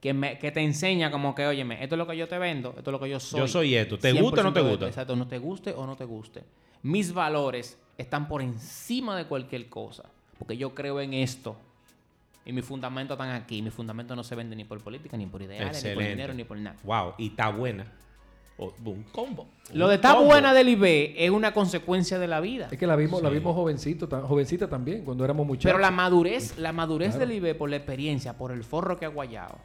D: Que, me- que te enseña como que, óyeme, esto es lo que yo te vendo, esto es lo que yo soy.
C: Yo soy esto. ¿Te gusta o no te
D: 100% de-
C: gusta?
D: Exacto, no te guste o no te guste. Mis valores están por encima de cualquier cosa. Porque yo creo en esto. Y mis fundamentos están aquí. Mis fundamentos no se venden ni por política, ni por ideales, ni por dinero, ni por nada.
C: Wow, y está buena. O- un combo.
D: Lo
C: Un
D: de estar
C: combo.
D: buena del IB es una consecuencia de la vida.
A: Es que la vimos, la vimos jovencito, tan- jovencita también, cuando éramos muchachos.
D: Pero la madurez, la madurez
A: Claro.
D: del IBE por la experiencia, por el forro que ha guayado,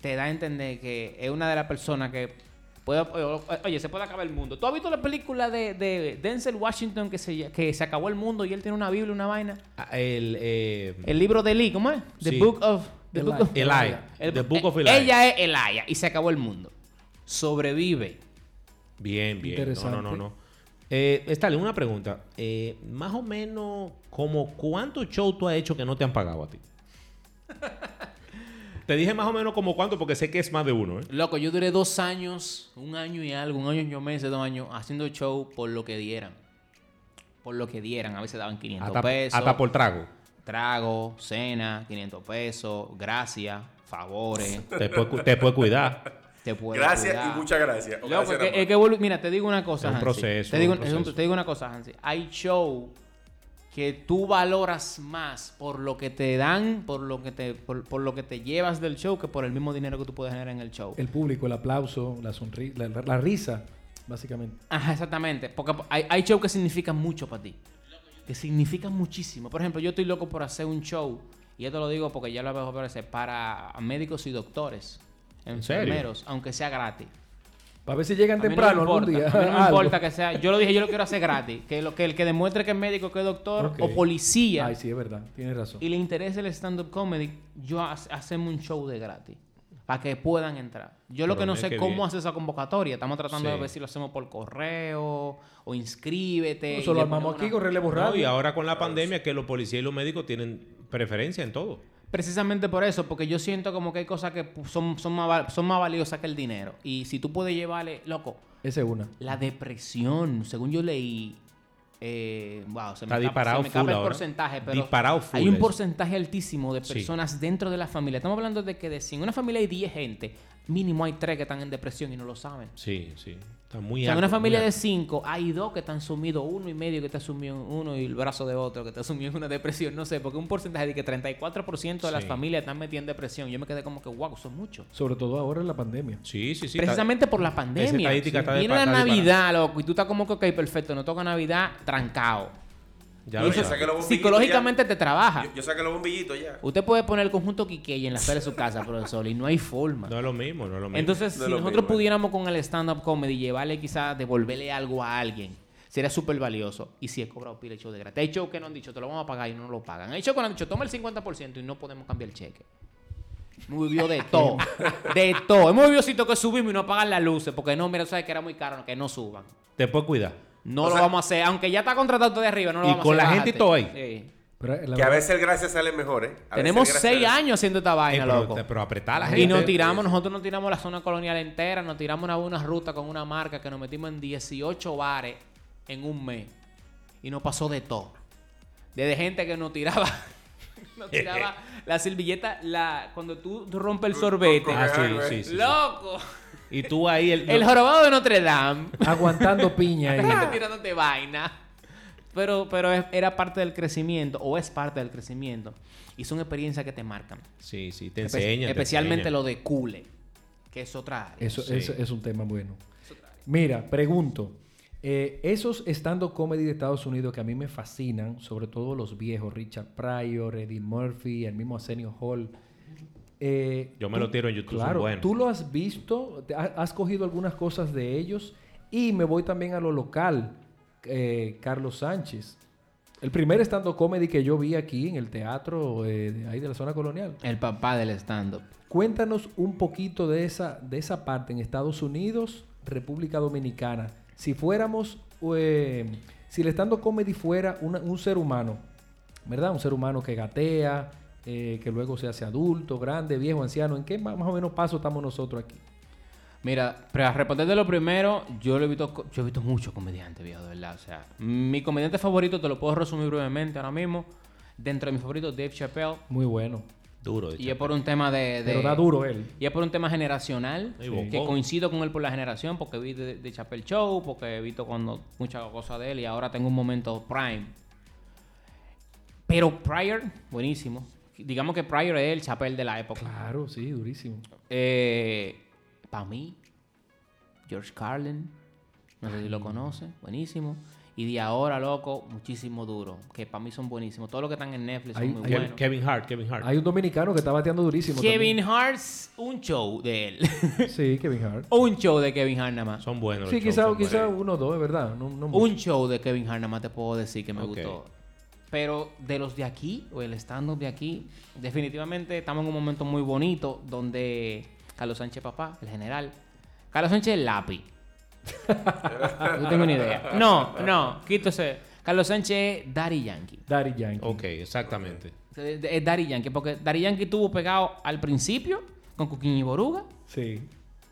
D: te da a entender que es una de las personas que puede, o- o- oye, se puede acabar el mundo. ¿Tú has visto la película de, de Denzel Washington que se, que se acabó el mundo y él tiene una Biblia, una vaina?
C: Ah, El, eh,
D: El libro de Eli, ¿cómo es? The
C: Sí.
D: Book of The Book of-
C: Eli.
D: El-
C: The Book of
D: eh,
C: Eli.
D: Ella es Elia y se acabó el mundo. Sobrevive.
C: Bien, bien. No, no,
A: Interesante.
C: no, no. Eh, Stanley, una pregunta. Eh, más o menos, como ¿cuántos shows tú has hecho que no te han pagado a ti? te dije más o menos como cuánto porque sé que es más de uno, ¿eh?
D: Loco, yo duré dos años, un año y algo, un año y ocho meses, dos años, haciendo show por lo que dieran. Por lo que dieran. A veces daban 500
C: Hasta,
D: pesos.
C: hasta por trago.
D: Trago, cena, 500 pesos, gracias, favores.
C: Te puede, cu- te puede cuidar.
D: te puedo
B: Gracias
D: cuidar.
B: y muchas gracias. O
D: Loco,
B: gracias,
D: es que-
B: amor.
D: es que volu- mira, te digo una cosa,
C: Es un
D: Hansi.
C: proceso,
D: Te digo,
C: un
D: es un-
C: proceso.
D: te digo una cosa, Hansi. Hay show que tú valoras más por lo que te dan, por lo que te, por, por lo que te llevas del show, que por el mismo dinero que tú puedes generar en el show.
A: El público, el aplauso, la sonrisa, la, la- la risa, básicamente.
D: Ajá, exactamente. Porque hay, hay shows que significan mucho para ti. Que significan muchísimo. Por ejemplo, yo estoy loco por hacer un show. Y yo te lo digo porque ya lo veo hacer para médicos y doctores.
C: ¿En serio?
D: Enfermeros, aunque sea gratis.
A: Para ver si llegan
D: A mí no me
A: temprano algún
D: importa,
A: día.
D: a mí no me
A: algo.
D: importa que sea. Yo lo dije, yo lo quiero hacer gratis. Que, lo, que el que demuestre que es médico, que es doctor
A: Ok.
D: o policía
A: Ay, sí, es verdad. Tienes razón.
D: y le interesa el stand-up comedy, yo ha- hacemos un show de gratis. para que puedan entrar. Yo lo
C: Pero
D: que no
C: mira
D: sé
C: qué
D: cómo
C: bien.
D: hacer esa convocatoria. Estamos tratando
C: Sí.
D: de ver si lo hacemos por correo o inscríbete.
A: Eso lo
D: y le
A: armamos
D: ponemos
A: aquí
D: una-
A: con relevo
C: No, y
A: radio.
C: ahora con la pandemia que los policías y los médicos tienen preferencia en todo.
D: Precisamente por eso, porque yo siento como que hay cosas que pu- son, son, más, val- son más valiosas que el dinero. Y si tú puedes llevarle, loco,
A: Esa es una.
D: la depresión, según yo leí, eh, wow, se me
C: Está
D: escapa-
C: disparado
D: se me escapa
C: full
D: el
C: ahora.
D: porcentaje, pero
C: Disparado full
D: hay un
C: eso.
D: porcentaje altísimo de
C: Sí.
D: personas dentro de la familia. Estamos hablando de que de 100, una familia hay 10 gente, mínimo hay 3 que están en depresión y no lo saben.
C: Sí, sí. Está muy
D: O sea, en
C: alto,
D: una
C: muy
D: familia
C: alto.
D: de cinco, hay dos que están sumidos, uno y medio que está sumido en uno y el brazo de otro que está sumido en una depresión. No sé, porque un porcentaje de que 34% de las
C: Sí.
D: familias están metidas en depresión. Yo me quedé como que, wow, son muchos.
A: Sobre todo ahora en la pandemia.
C: Sí, sí, sí. está-
D: Precisamente por la
C: esa
D: pandemia.
C: estadística está
D: Viene
C: dispar-
D: la
C: está
D: Navidad, loco, y tú estás como que, ok, perfecto, no toca Navidad, trancado.
C: ya lo
B: Yo ya
C: sabes.
B: saqué los bombillitos
D: Psicológicamente te
B: ya.
D: trabaja.
B: Yo, yo saqué los bombillitos ya.
D: Usted puede poner el conjunto Quiqueya en la sala de su casa, profesor, y no hay forma.
C: No es lo mismo, no es lo mismo.
D: Entonces,
B: No
D: si
B: lo
D: nosotros
B: mismo, eh.
D: pudiéramos con el stand-up comedy llevarle quizás, devolverle algo a alguien, sería súper valioso. Y si he cobrado pila de show de gratis. Hay shows que no han dicho, te lo vamos a pagar y no lo pagan. Hay shows que no han dicho, toma el 50% y no podemos cambiar el cheque. Hemos vivido de todo. de todo. Hemos vivido sitios que subimos y no apagan las luces. Porque no, mira, tú sabes que era muy caro, que no suban.
C: Te puedes cuidar.
D: No
B: O
D: lo
B: sea-
D: vamos a hacer. Aunque ya está contratado usted de arriba, no lo
C: Y
D: vamos a
C: con
D: hacer.
C: la gente y
D: bájate.
C: todo ahí.
D: Sí.
A: Pero eh, la
B: Que a
A: verdad-
B: veces el gracia sale mejor, ¿eh? A veces
D: Tenemos
B: el gracia
D: seis
B: sale-
D: años haciendo esta
C: Eh,
D: vaina,
C: pero,
D: loco.
C: te- pero apretar a la gente.
D: Y nos tiramos, nosotros nos tiramos la zona colonial entera, nos tiramos una, una ruta con una marca que nos metimos en 18 bares en un mes. Y nos pasó de todo. Desde gente que nos tiraba, nos tiraba la servilleta, la, cuando tú rompes el sorbete.
C: Ah, sí, sí, sí, sí.
D: ¡Loco!
C: Y tú ahí el,
D: El jorobado de Notre Dame.
A: aguantando piña
D: Hay
A: ahí.
D: gente tirándote vaina. Pero, pero es- era parte del crecimiento, o es parte del crecimiento. Y son experiencias que te marcan.
C: Sí, sí, te
D: Espe-
C: enseñan.
D: especialmente
C: te enseñan.
D: lo de Cule, que es otra área.
A: Eso,
C: Sí.
A: eso es un tema bueno. Mira, pregunto. eh, esos stand-up comedy de Estados Unidos que a mí me fascinan, sobre todo los viejos, Richard Pryor, Eddie Murphy, el mismo Arsenio Hall. eh,
C: Yo me lo tiro en YouTube, son
A: Claro,
C: buenos.
A: tú lo has visto, te ha- has cogido algunas cosas de ellos y me voy también a lo local, eh, Carlos Sánchez. El primer stand-up comedy que yo vi aquí en el teatro eh, de ahí de la zona colonial.
D: El papá del stand-up.
A: Cuéntanos un poquito de esa, de esa parte en Estados Unidos, República Dominicana. Si fuéramos, eh, si el estando comedy fuera una- un ser humano, ¿verdad? Un ser humano que gatea, eh, que luego se hace adulto, grande, viejo, anciano. ¿En qué ma- más o menos paso estamos nosotros aquí?
D: Mira, para responderte lo primero, yo lo he visto, co- yo he visto muchos comediantes, viejo, de verdad. O sea, mi comediante favorito, te lo puedo resumir brevemente ahora mismo. Dentro de mis favoritos, Dave Chappelle.
A: Muy bueno.
C: Duro.
D: Y es por un tema de. de-
A: Pero da duro él.
D: Y es por un tema generacional,
C: Sí, bocón.
D: que coincido con él por la generación, porque vi de, de Chappelle Show, porque he visto cuando muchas cosas de él y ahora tengo un momento prime. Pero Pryor, buenísimo. Digamos que Pryor es el Chappelle de la época.
A: Claro, sí, durísimo.
D: Para Eh, mí, George Carlin, no sé si lo conoce, buenísimo. Y de ahora, loco, muchísimo duro, que para mí son buenísimos. Todos los que están en Netflix
A: Hay-
D: son muy
A: hay-
D: buenos.
C: Kevin Hart, Kevin Hart.
A: Hay un dominicano que está bateando durísimo.
D: Kevin Hart, un show de él.
A: también. Sí, Kevin Hart.
D: Un show de Kevin Hart nada más.
C: Son buenos.
A: Sí,
C: los shows,
A: quizá,
C: son
A: quizá
C: buenos.
A: uno o dos, es verdad. No, no mucho.
D: Un show de Kevin Hart nada más te puedo decir que me
C: Ok.
D: gustó. Pero de los de aquí, o el stand-up de aquí, definitivamente estamos en un momento muy bonito donde Carlos Sánchez Papá, el general. Carlos Sánchez el lápiz. no tengo ni idea. No, no, quítese. Carlos Sánchez es Daddy Yankee.
A: Daddy
D: Oh.
A: Yankee.
C: Ok, exactamente.
D: Es es Daddy Yankee, porque Daddy Yankee estuvo pegado al principio con Cuquín y Boruga.
A: Sí.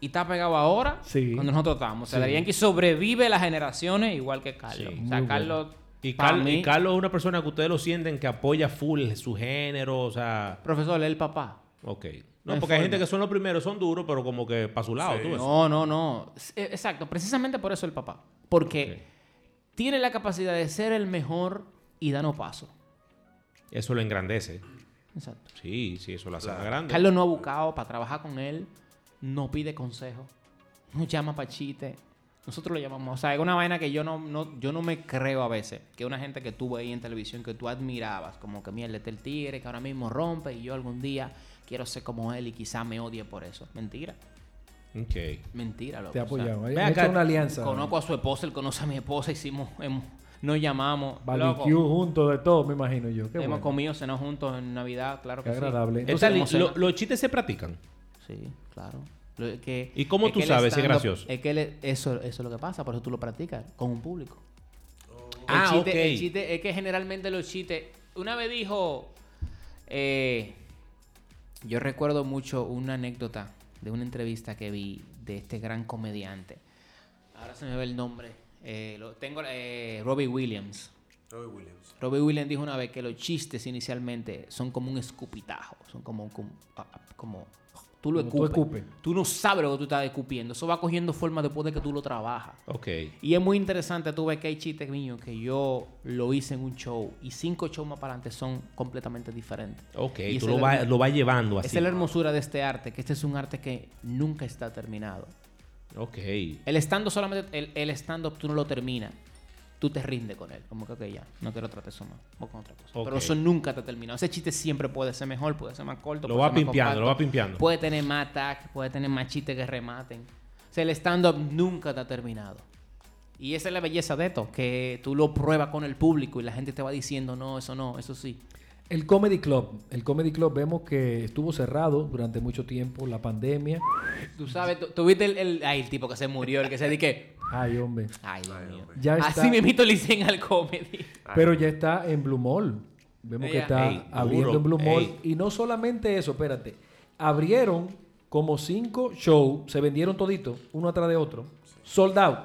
D: y está pegado ahora
A: Sí.
D: cuando nosotros estamos. O sea,
A: Sí.
D: Daddy Yankee sobrevive las generaciones igual que Carlos.
C: Sí.
D: O sea,
A: Muy
D: Carlos,
C: Y,
D: pa'
C: Carl- y
D: mí,
C: Carlos es una persona que ustedes lo sienten que apoya full su género, o sea,
D: profesor, es el papá.
C: ok.
D: No
C: No,
D: hay
C: porque hay
D: forma.
C: gente que son los primeros, son duros, pero como que para su lado,
B: Sí.
C: tú
A: Pues
C: ves.
D: No, no, no. S- eh, Exacto, precisamente por eso el papá. Porque tiene la capacidad de ser el mejor y darnos paso.
C: Eso lo engrandece.
D: Exacto.
C: Sí, sí, eso lo hace
B: Claro.
C: más grande.
D: Carlos no ha buscado para trabajar con él, no pide consejo, no llama para chiste. Nosotros lo llamamos, o sea, es una vaina que yo no, no, yo no me creo a veces, que una gente que tú veías en televisión que tú admirabas, como que mierda, este es el tigre que ahora mismo rompe y yo algún día quiero ser como él y quizá me odie por eso. Mentira,
C: Ok.
D: mentira, loco.
A: Te ha
D: o sea,
A: apoyado.
C: Ve
A: Ha hecho
C: acá,
A: una alianza.
D: conozco a su esposa, él conoce a mi esposa, hicimos, hemos- nos llamamos,
A: Barbecue
D: loco,
A: juntos de todo, me imagino yo. Qué
D: hemos
A: bueno.
D: comido, cenado juntos en Navidad, claro
A: Qué
D: que sí.
A: agradable.
C: Está
A: Entonces,
C: li-
D: ¿cómo se
C: lo-
D: llama?
C: los chistes se practican.
D: Sí, claro. Lo- es que-
C: ¿Y cómo
D: es
C: tú
D: que el
C: sabes si es
D: stand-up-
C: gracioso?
D: Es que el- eso, eso es lo que pasa, por eso tú lo practicas con un público.
C: Ah,
D: el chiste,
C: ok.
D: el chiste es que generalmente los chistes. Una vez dijo. eh, yo recuerdo mucho una anécdota de una entrevista que vi de este gran comediante. Ahora se me ve el nombre. Eh, lo, tengo eh, Robbie Williams.
B: Robbie Williams.
D: Robbie Williams dijo una vez que los chistes inicialmente son como un escupitajo, son como, como, ah, ah, como- tú lo
A: Como tú
D: escupes.
A: escupes.
D: Tú no sabes lo que tú estás escupiendo, eso va cogiendo forma después de que tú lo trabajas.
C: Ok.
D: Y es muy interesante, tú ves que hay chistes míos que yo lo hice en un show y cinco shows más para adelante son completamente diferentes.
C: Ok,
D: Y
C: tú
D: esa
C: lo
D: es la-
C: vas lo va llevando así.
D: Esa es la hermosura de este arte, que este es un arte que nunca está terminado.
C: Ok.
D: El stand-up solamente, el, el stand-up tú no lo terminas. Tú te rindes con él. Como que, ok, ya, no quiero tratar eso más. Voy con otra cosa.
C: Ok.
D: Pero eso nunca te ha terminado. Ese chiste siempre puede ser mejor, puede ser más corto.
C: Lo
D: puede
C: va
D: ser más
C: pimpeando, lo
D: compacto,
C: va pimpeando.
D: Puede tener más tag, puede tener más chistes que rematen. O sea, el stand-up nunca te ha terminado. Y esa es la belleza de esto, que tú lo pruebas con el público y la gente te va diciendo, no, eso no, eso sí.
A: El Comedy Club. El Comedy Club vemos que estuvo cerrado durante mucho tiempo, la pandemia.
D: Tú sabes, tú, tú viste el, el- ay, el tipo que se murió, el que se dice,
A: Ay, hombre.
D: ay, Dios mío.
A: Ya está.
D: Así me invito le dicen al comedy.
A: Pero ya está en Blue Mall. Vemos que
D: Ella-
A: está
C: Ey,
A: abriendo
C: duro,
A: en Blue Mall.
C: ey.
A: Y no solamente eso, espérate. Abrieron como cinco shows, se vendieron toditos, uno atrás de otro. Sold out.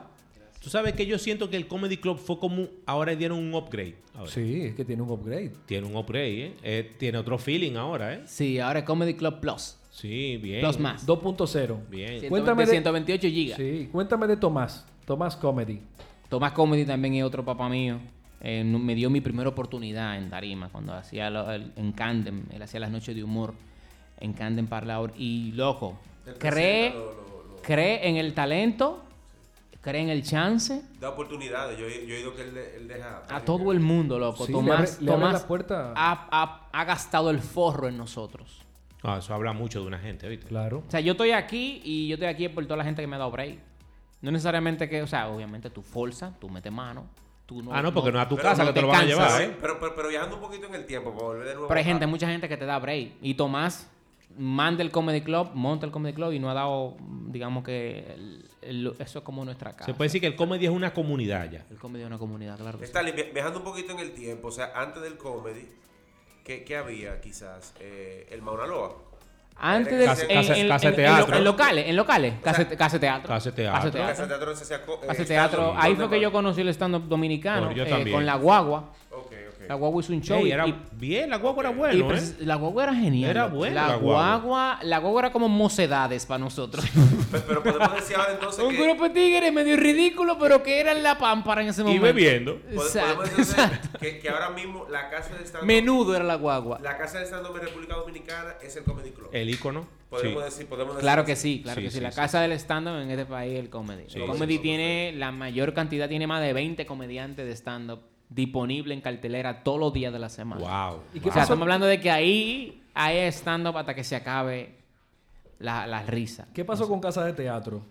C: Tú sabes que yo siento que el Comedy Club fue como. Ahora dieron un upgrade. ahora.
A: Sí, es que tiene un upgrade.
C: Tiene un upgrade, ¿eh? Eh, Tiene otro feeling ahora, ¿eh?
D: Sí, ahora es Comedy Club Plus.
C: Sí, bien.
D: Plus más.
A: 2.0.
C: Bien.
D: Ciento-
A: Cuéntame
D: de
A: de-
D: 128 gigas.
A: Sí, cuéntame de Tomás. Tomás Comedy.
D: Tomás Comedy también es otro papá mío. Eh, no- me dio mi primera oportunidad en Tarima cuando hacía lo- el- en Candem. Él hacía las noches de humor en Candem Parlaur. Y loco,
B: Él
D: cree,
B: presenta lo- lo- lo-
D: cree en el talento, cree en el chance.
B: Da oportunidades. Yo, he- yo he oído que él, de- él deja.
D: A todo el mundo, loco.
A: Sí, le
D: Tomás,
A: abre- le abre
D: Tomás
A: la puerta.
D: Ha, ha- ha gastado el forro en nosotros.
C: Ah, eso habla mucho de una gente, ¿viste?
A: Claro.
D: O sea, yo estoy aquí y yo estoy aquí por toda la gente que me ha dado break. No necesariamente que, o sea, obviamente tú forzas, tú metes mano. Tú no,
C: ah, no, porque no, a tu
B: pero
C: casa
D: no
C: que te
D: te
C: lo van a
D: cansas.
C: llevar,
B: Pero,
C: ¿eh?
B: pero, pero, viajando un poquito en el tiempo para volver de nuevo.
D: Pero hay
B: a-
D: gente, mucha gente que te da break. Y Tomás manda el Comedy Club, monta el Comedy Club y no ha dado, digamos que el- el- eso es como nuestra casa.
C: Se puede decir que el comedy es una comunidad ya.
D: El comedy es una comunidad, claro. que sí.
B: Stanley, vi- viajando un poquito en el tiempo, o sea, antes del comedy, ¿qué, qué había quizás? Eh, el Mauna Loa.
D: Antes
B: Era
D: de
B: casa-
D: en,
C: casa-
D: en-
C: casa
D: en- en
C: teatro.
D: lo- en locales, en locales, casa, casa teatro.
C: casa teatro.
D: Casa
B: Casa
D: teatro.
B: de teatro se hacía co- eh,
D: Casa
B: stand-up.
D: teatro. Ahí fue
B: ¿Dónde
D: que yo
B: más?
D: conocí el stand-up dominicano
C: Bueno, yo
D: eh,
C: también.
D: con la guagua.
B: Ok, ok.
D: La guagua hizo un show
C: Ey,
D: y-
C: era
D: y
C: bien, la guagua era
D: Y pues, este
C: bueno,
D: precis-
C: ¿eh?
D: La guagua era genial.
C: Era
D: loco.
C: buena
D: La
C: la
D: guagua.
C: guagua.
D: la guagua era como mocedades para nosotros.
B: Pe- Pero podemos decir ahora entonces
D: Un
B: que.
D: grupo de tigres medio ridículo, pero que eran la pámpara en ese
C: Y
D: momento.
C: bebiendo.
B: pode-
D: Exacto,
B: podemos decir
D: exacto.
B: Que, que ahora mismo la casa de stand-up.
D: Menudo era la guagua.
B: La casa de stand-up en República Dominicana es el Comedy Club.
C: El ícono.
B: Podemos decir, podemos decir.
D: Eh, Claro que sí, claro
C: Sí,
D: que sí.
C: sí,
D: La
C: sí.
D: casa del stand-up en este país es el comedy.
C: Sí,
D: el
C: sí,
D: comedy
B: sí, sí.
D: tiene la mayor cantidad, tiene más de 20 comediantes de stand-up disponible en cartelera todos los días de la semana.
C: Wow.
A: ¿Y qué
D: O sea,
A: pasó?
D: estamos hablando de que ahí hay stand-up hasta que se acabe la, la risa.
A: ¿Qué pasó con Casa de Teatro?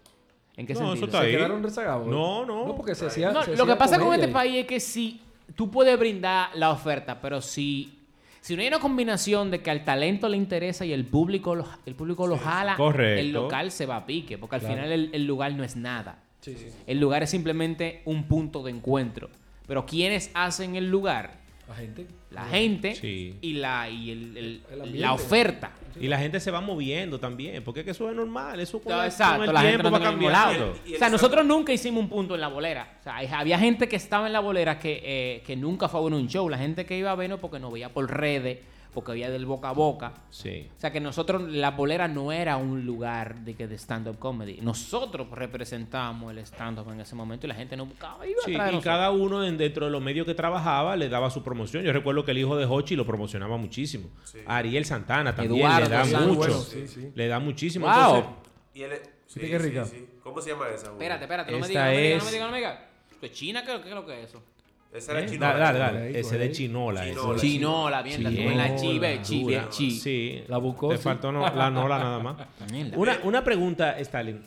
D: ¿En qué
C: No,
D: sentido?
C: eso está
A: ¿Se
C: ahí.
A: quedaron rezagados?
C: No, no.
A: No, porque se hacía.
D: No,
A: se
D: lo que
A: hacía
D: pasa con
A: comedia
D: este
A: ahí.
D: país es que si tú puedes brindar la oferta, pero si, si no hay una combinación de que al talento le interesa y el público lo, el público lo jala,
C: correcto.
D: el local se va a pique, porque al
A: Claro.
D: final el, el lugar no es nada.
A: Sí, sí, sí.
D: El lugar es simplemente un punto de encuentro. Pero quienes hacen el lugar?
A: La gente.
D: La gente
C: Mm, Sí.
D: y la, y el- el-
A: El ambiente.
D: la oferta.
C: Y la gente se va moviendo también, porque es que eso es normal, eso con,
D: No,
C: el-
D: exacto,
C: con el
D: la gente
C: tiempo
D: no
C: va
D: tiene el mismo
C: cambiando.
D: lado.
B: Y- y
D: o sea,
B: el-
D: nosotros nunca hicimos un punto en la bolera. O sea, hay- había gente que estaba en la bolera que, eh, que nunca fue a ver un show. La gente que iba a vernos porque nos veía por redes, porque veía del boca a boca.
C: Sí.
D: O sea, que nosotros, la bolera no era un lugar de, que de stand-up comedy. Nosotros representábamos el stand-up en ese momento y la gente nos buscaba. Iba
C: Sí,
D: atrás de
C: y
D: nosotros.
C: cada uno en- dentro de los medios que trabajaba le daba su promoción. Yo recuerdo que el hijo de Hochi lo promocionaba muchísimo. Ariel Santana también
D: Eduardo
C: le da
D: Sanz.
C: mucho.
A: Bueno, sí, sí.
C: Le da muchísimo.
D: Wow.
C: Entonces,
B: Y él, sí,
A: qué rica.
B: sí, sí. ¿Cómo se llama esa? güey?
D: Espérate, espérate, no me
C: Esta
D: digas, no me digas,
C: es-
D: no me digas, no me digas. ¿Qué China? ¿Qué, qué es lo que es eso?
B: Esa era
C: ¿eh?
B: chinola.
C: Dale, dale, dale.
A: Por ahí, por
C: Ese de
A: ahí.
C: chinola. ese.
B: Chinola.
D: Chinola, bien, la
C: Chinola,
D: la chive, chive,
C: Dura.
D: chi.
C: Sí.
A: La buscó,
C: Te
A: sí.
C: faltó no- la nola nada más.
D: Mierda.
C: Una, una pregunta, Stalin.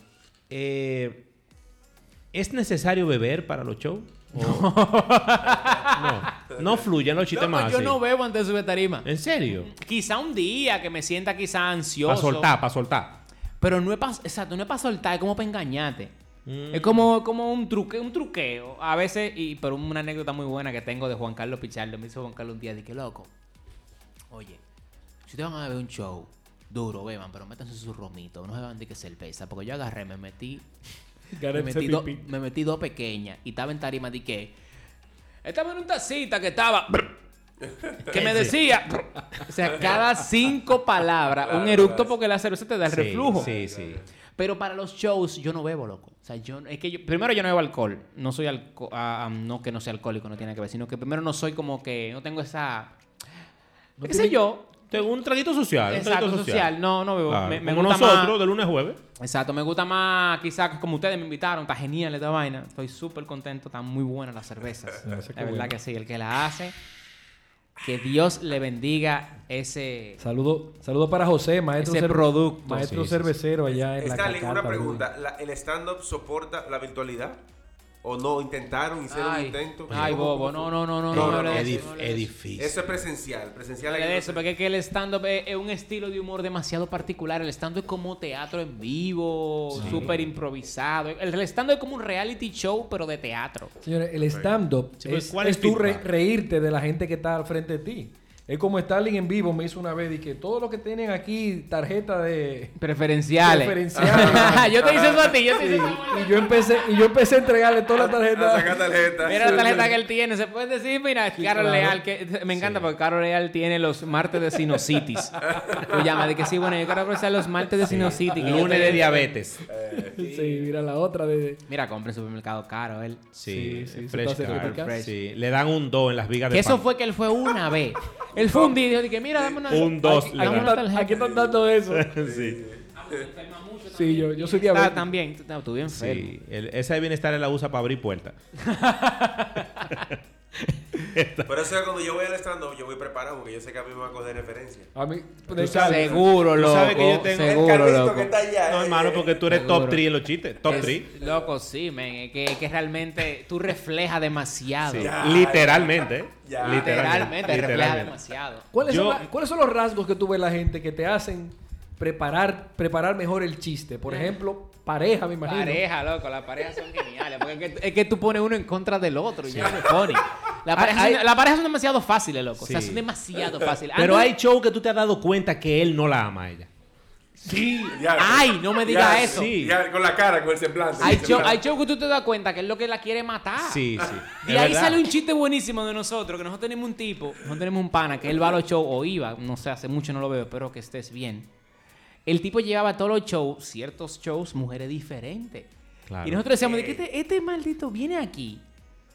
C: Eh, ¿Es necesario beber para los shows? ¿O- no. No fluyen los chistes
D: Loco,
C: más.
D: yo
C: así.
D: no veo antes de subir tarima.
C: ¿En serio?
D: Quizá un día que me sienta quizá ansioso.
C: Para soltar, para soltar.
D: Pero no es para exacto, no es para soltar, es como para engañarte. Es como, como un truque, un truqueo. A veces, y pero una anécdota muy buena que tengo de Juan Carlos Pichardo, me hizo Juan Carlos un día de que loco. Oye, si te van a ver un show, duro, beban, pero métanse su romito, no beban de que cerveza. Porque yo agarré, me metí me metí, do- me metí dos pequeñas y estaba en tarima de que estaba en un tacita que estaba que me decía o sea cada cinco palabras un eructo porque la cerveza te da el
C: Sí,
D: reflujo
C: Sí, sí.
D: pero para los shows yo no bebo loco o sea yo es que yo, primero yo no bebo alcohol no soy alco- ah, ah, no que no sea alcohólico no tiene que ver sino que primero no soy como que no tengo esa qué sé yo
C: Tengo un traguito social. un
D: exacto
C: traguito
D: social. no no bebo
C: Claro,
D: me, me
C: como
D: gusta
C: nosotros,
D: más-
C: de lunes a jueves.
D: Exacto, me gusta más, quizás como ustedes me invitaron, está genial esta vaina. Estoy súper contento, están muy buenas las cervezas.
A: Gracias, qué
D: la verdad
A: bueno.
D: que sí, el que la hace, que Dios le bendiga ese.
A: Saludo, saludo para José, maestro,
D: Ese
A: cerve-
D: producto.
A: maestro
C: Sí, sí, sí.
A: cervecero allá en la
B: Stalin,
A: Cacata,
B: una pregunta. ¿La- ¿El stand-up soporta la virtualidad? ¿O no? ¿Intentaron? ¿Hicieron un intento?
D: ay,
B: ¿Cómo-
D: bobo,
B: cómo
D: no,
B: fue?
D: no, no, no,
B: No,
D: no, me
B: no,
D: hable
B: no,
D: de
C: es,
D: eso,
C: dif-
D: no me hable
C: es
D: de eso.
C: difícil.
B: Eso es presencial. Presencial
D: No
B: hay
D: me hable de
B: que-
D: eso, porque es que el stand-up es, es un estilo de humor demasiado particular. El stand-up es como teatro en vivo, súper improvisado. El stand-up es como un reality show, pero de teatro.
A: Señores, el stand-up
C: Sí, pero
A: es,
C: ¿cuál
A: es
C: es
A: tú re-
C: feedback?
A: reírte de la gente que está al frente de ti. Es como Stalin en vivo me hizo una vez y que todos los que tienen aquí tarjeta de
D: Preferenciales.
A: Preferenciales.
D: yo te hice eso a ti, yo te
A: Sí,
D: hice eso a ti.
A: y yo empecé y yo empecé a entregarle todas las
B: A sacar
A: tarjetas.
B: Ah, tarjeta.
D: Mira la tarjeta que él tiene, se puede decir, mira,
A: Sí,
D: Carol
A: claro.
D: Leal, que me encanta porque Carol Leal tiene los martes de sinusitis. Lo llama de que sí, bueno, yo quiero aprovechar los martes de sinusitis. que yo
C: Lunes
D: te-
C: de diabetes.
B: ah.
A: Sí, mira la otra de
D: Mira, compra en supermercado caro él.
C: Sí,
A: Sí, sí, eso
C: fresh
A: está
C: card,
A: certificado.
C: sí. Le dan un 2 en las vigas de
D: Que eso
C: pan.
D: fue que él fue una vez. Él fue un día y dijo, de que mira, dame una.
C: Un dos
D: Aquí,
C: le
D: dame
C: dan.
D: una
A: aquí,
D: tarjeta. Ah,
A: aquí están dando eso.
C: sí,
A: Sí, yo, yo soy
D: Está
A: diabético.
D: Ah, también, tú, tú bien enfermo.
C: sí. El- esa de bienestar él la usa para abrir puertas.
B: Por eso es que cuando yo voy al stand-up, yo voy preparado, porque yo sé que a mí me va a coger referencia.
A: A mí de
C: sabes-
A: Carlos.
D: Seguro,
C: Tú
D: loco.
C: sabes que yo tengo-
B: el
D: Seguro,
B: Carlito
D: loco.
B: que está allá.
C: No,
B: eh,
C: hermano, porque tú eres
D: Seguro.
C: top 3 en los chistes. Top
D: Es-
C: 3.
D: loco, sí, men. Es que, es que realmente tú reflejas demasiado.
C: Sí.
B: Ya.
C: Literalmente. ¿eh?
B: Ya.
D: Literalmente, refleja
C: Literalmente.
D: demasiado.
A: ¿Cuáles,
C: Yo-
A: son la- ¿Cuáles son los rasgos que tú ves en la gente que te hacen preparar, preparar mejor el chiste? Por ejemplo, pareja, me imagino.
D: Eh. Pareja, loco, las parejas son geniales. Porque es que, es que tú pones uno en contra del otro y ya no pone. Las parejas
C: Ah, Hay-
D: son, las parejas son demasiado fáciles, loco. O sea,
C: Sí.
D: son demasiado fáciles. Ah,
C: Pero
D: Antes-
C: hay show que tú te has dado cuenta que él no la ama a ella.
D: Sí.
B: Ya,
D: Ay, no me digas
B: ya,
D: eso.
C: sí.
B: Ya, con la cara, con el semblante.
D: Hay
B: el
D: show, hay
B: semblante.
D: show que tú te das cuenta que es lo que la quiere matar.
C: Sí, sí.
D: De
C: Es
D: Ah. ahí
C: verdad.
D: sale un chiste buenísimo de nosotros, que nosotros tenemos un tipo, nosotros tenemos un pana, que él va a los shows, o iba, no sé, hace mucho no lo veo, espero que estés bien. El tipo llevaba a todos los shows, ciertos shows, mujeres diferentes.
C: Claro.
D: Y nosotros decíamos, de que este, este maldito viene aquí.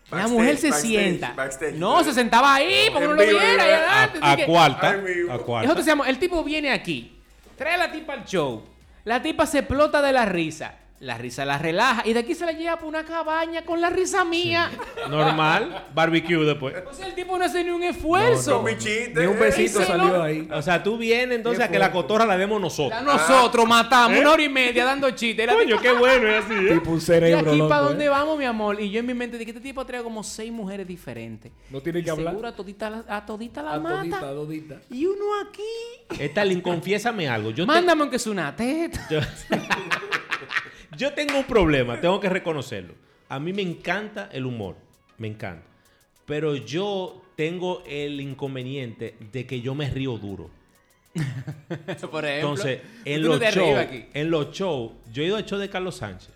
D: la
B: Backstage,
D: mujer se
B: backstage,
D: sienta.
B: backstage.
D: no, se sentaba ahí, porque
B: En
D: no lo
B: vivo,
D: viera.
B: en
D: ahí
B: vivo.
D: adelante.
C: A, a
D: Así que-
C: cuarta.
B: Ay, mi-
C: A
D: nosotros
C: cuarta.
D: decíamos, el tipo viene aquí, trae a la tipa al show, la tipa se explota de la risa, la risa la relaja y de aquí se la lleva por una cabaña con la risa mía.
C: Normal. Barbecue después.
D: O sea, el tipo no hace ni un esfuerzo.
B: Un chiste,
A: Ni un
B: eh.
A: besito
D: Y se
A: salió
D: lo-
A: ahí.
C: O sea, tú vienes entonces a que la cotorra la demos nosotros.
D: Ya nosotros matamos una hora y media dando chistes. Y la
C: Coño, qué bueno es así. ¿eh?
A: Tipo un
D: tipa,
A: cerebro.
D: ¿y aquí
A: loco,
D: para
A: ¿eh?
D: dónde vamos, mi amor? Y yo en mi mente dije, este tipo trae como seis mujeres diferentes.
A: No tiene
D: Y
A: que hablar.
D: Seguro a todita la, a todita la
A: A
D: mata.
A: todita, a todita.
D: Y uno aquí.
C: Stalin, confiésame algo. Yo, te-
D: Mándame aunque sea una teta.
C: yo... yo tengo un problema, tengo que reconocerlo. A mí me encanta el humor, me encanta. Pero yo tengo el inconveniente de que yo me río duro.
D: Por ejemplo.
C: Entonces, en
D: tú no
C: los,
D: te
C: shows,
D: ríes aquí.
C: en los shows, yo he ido al show de Carlos Sánchez.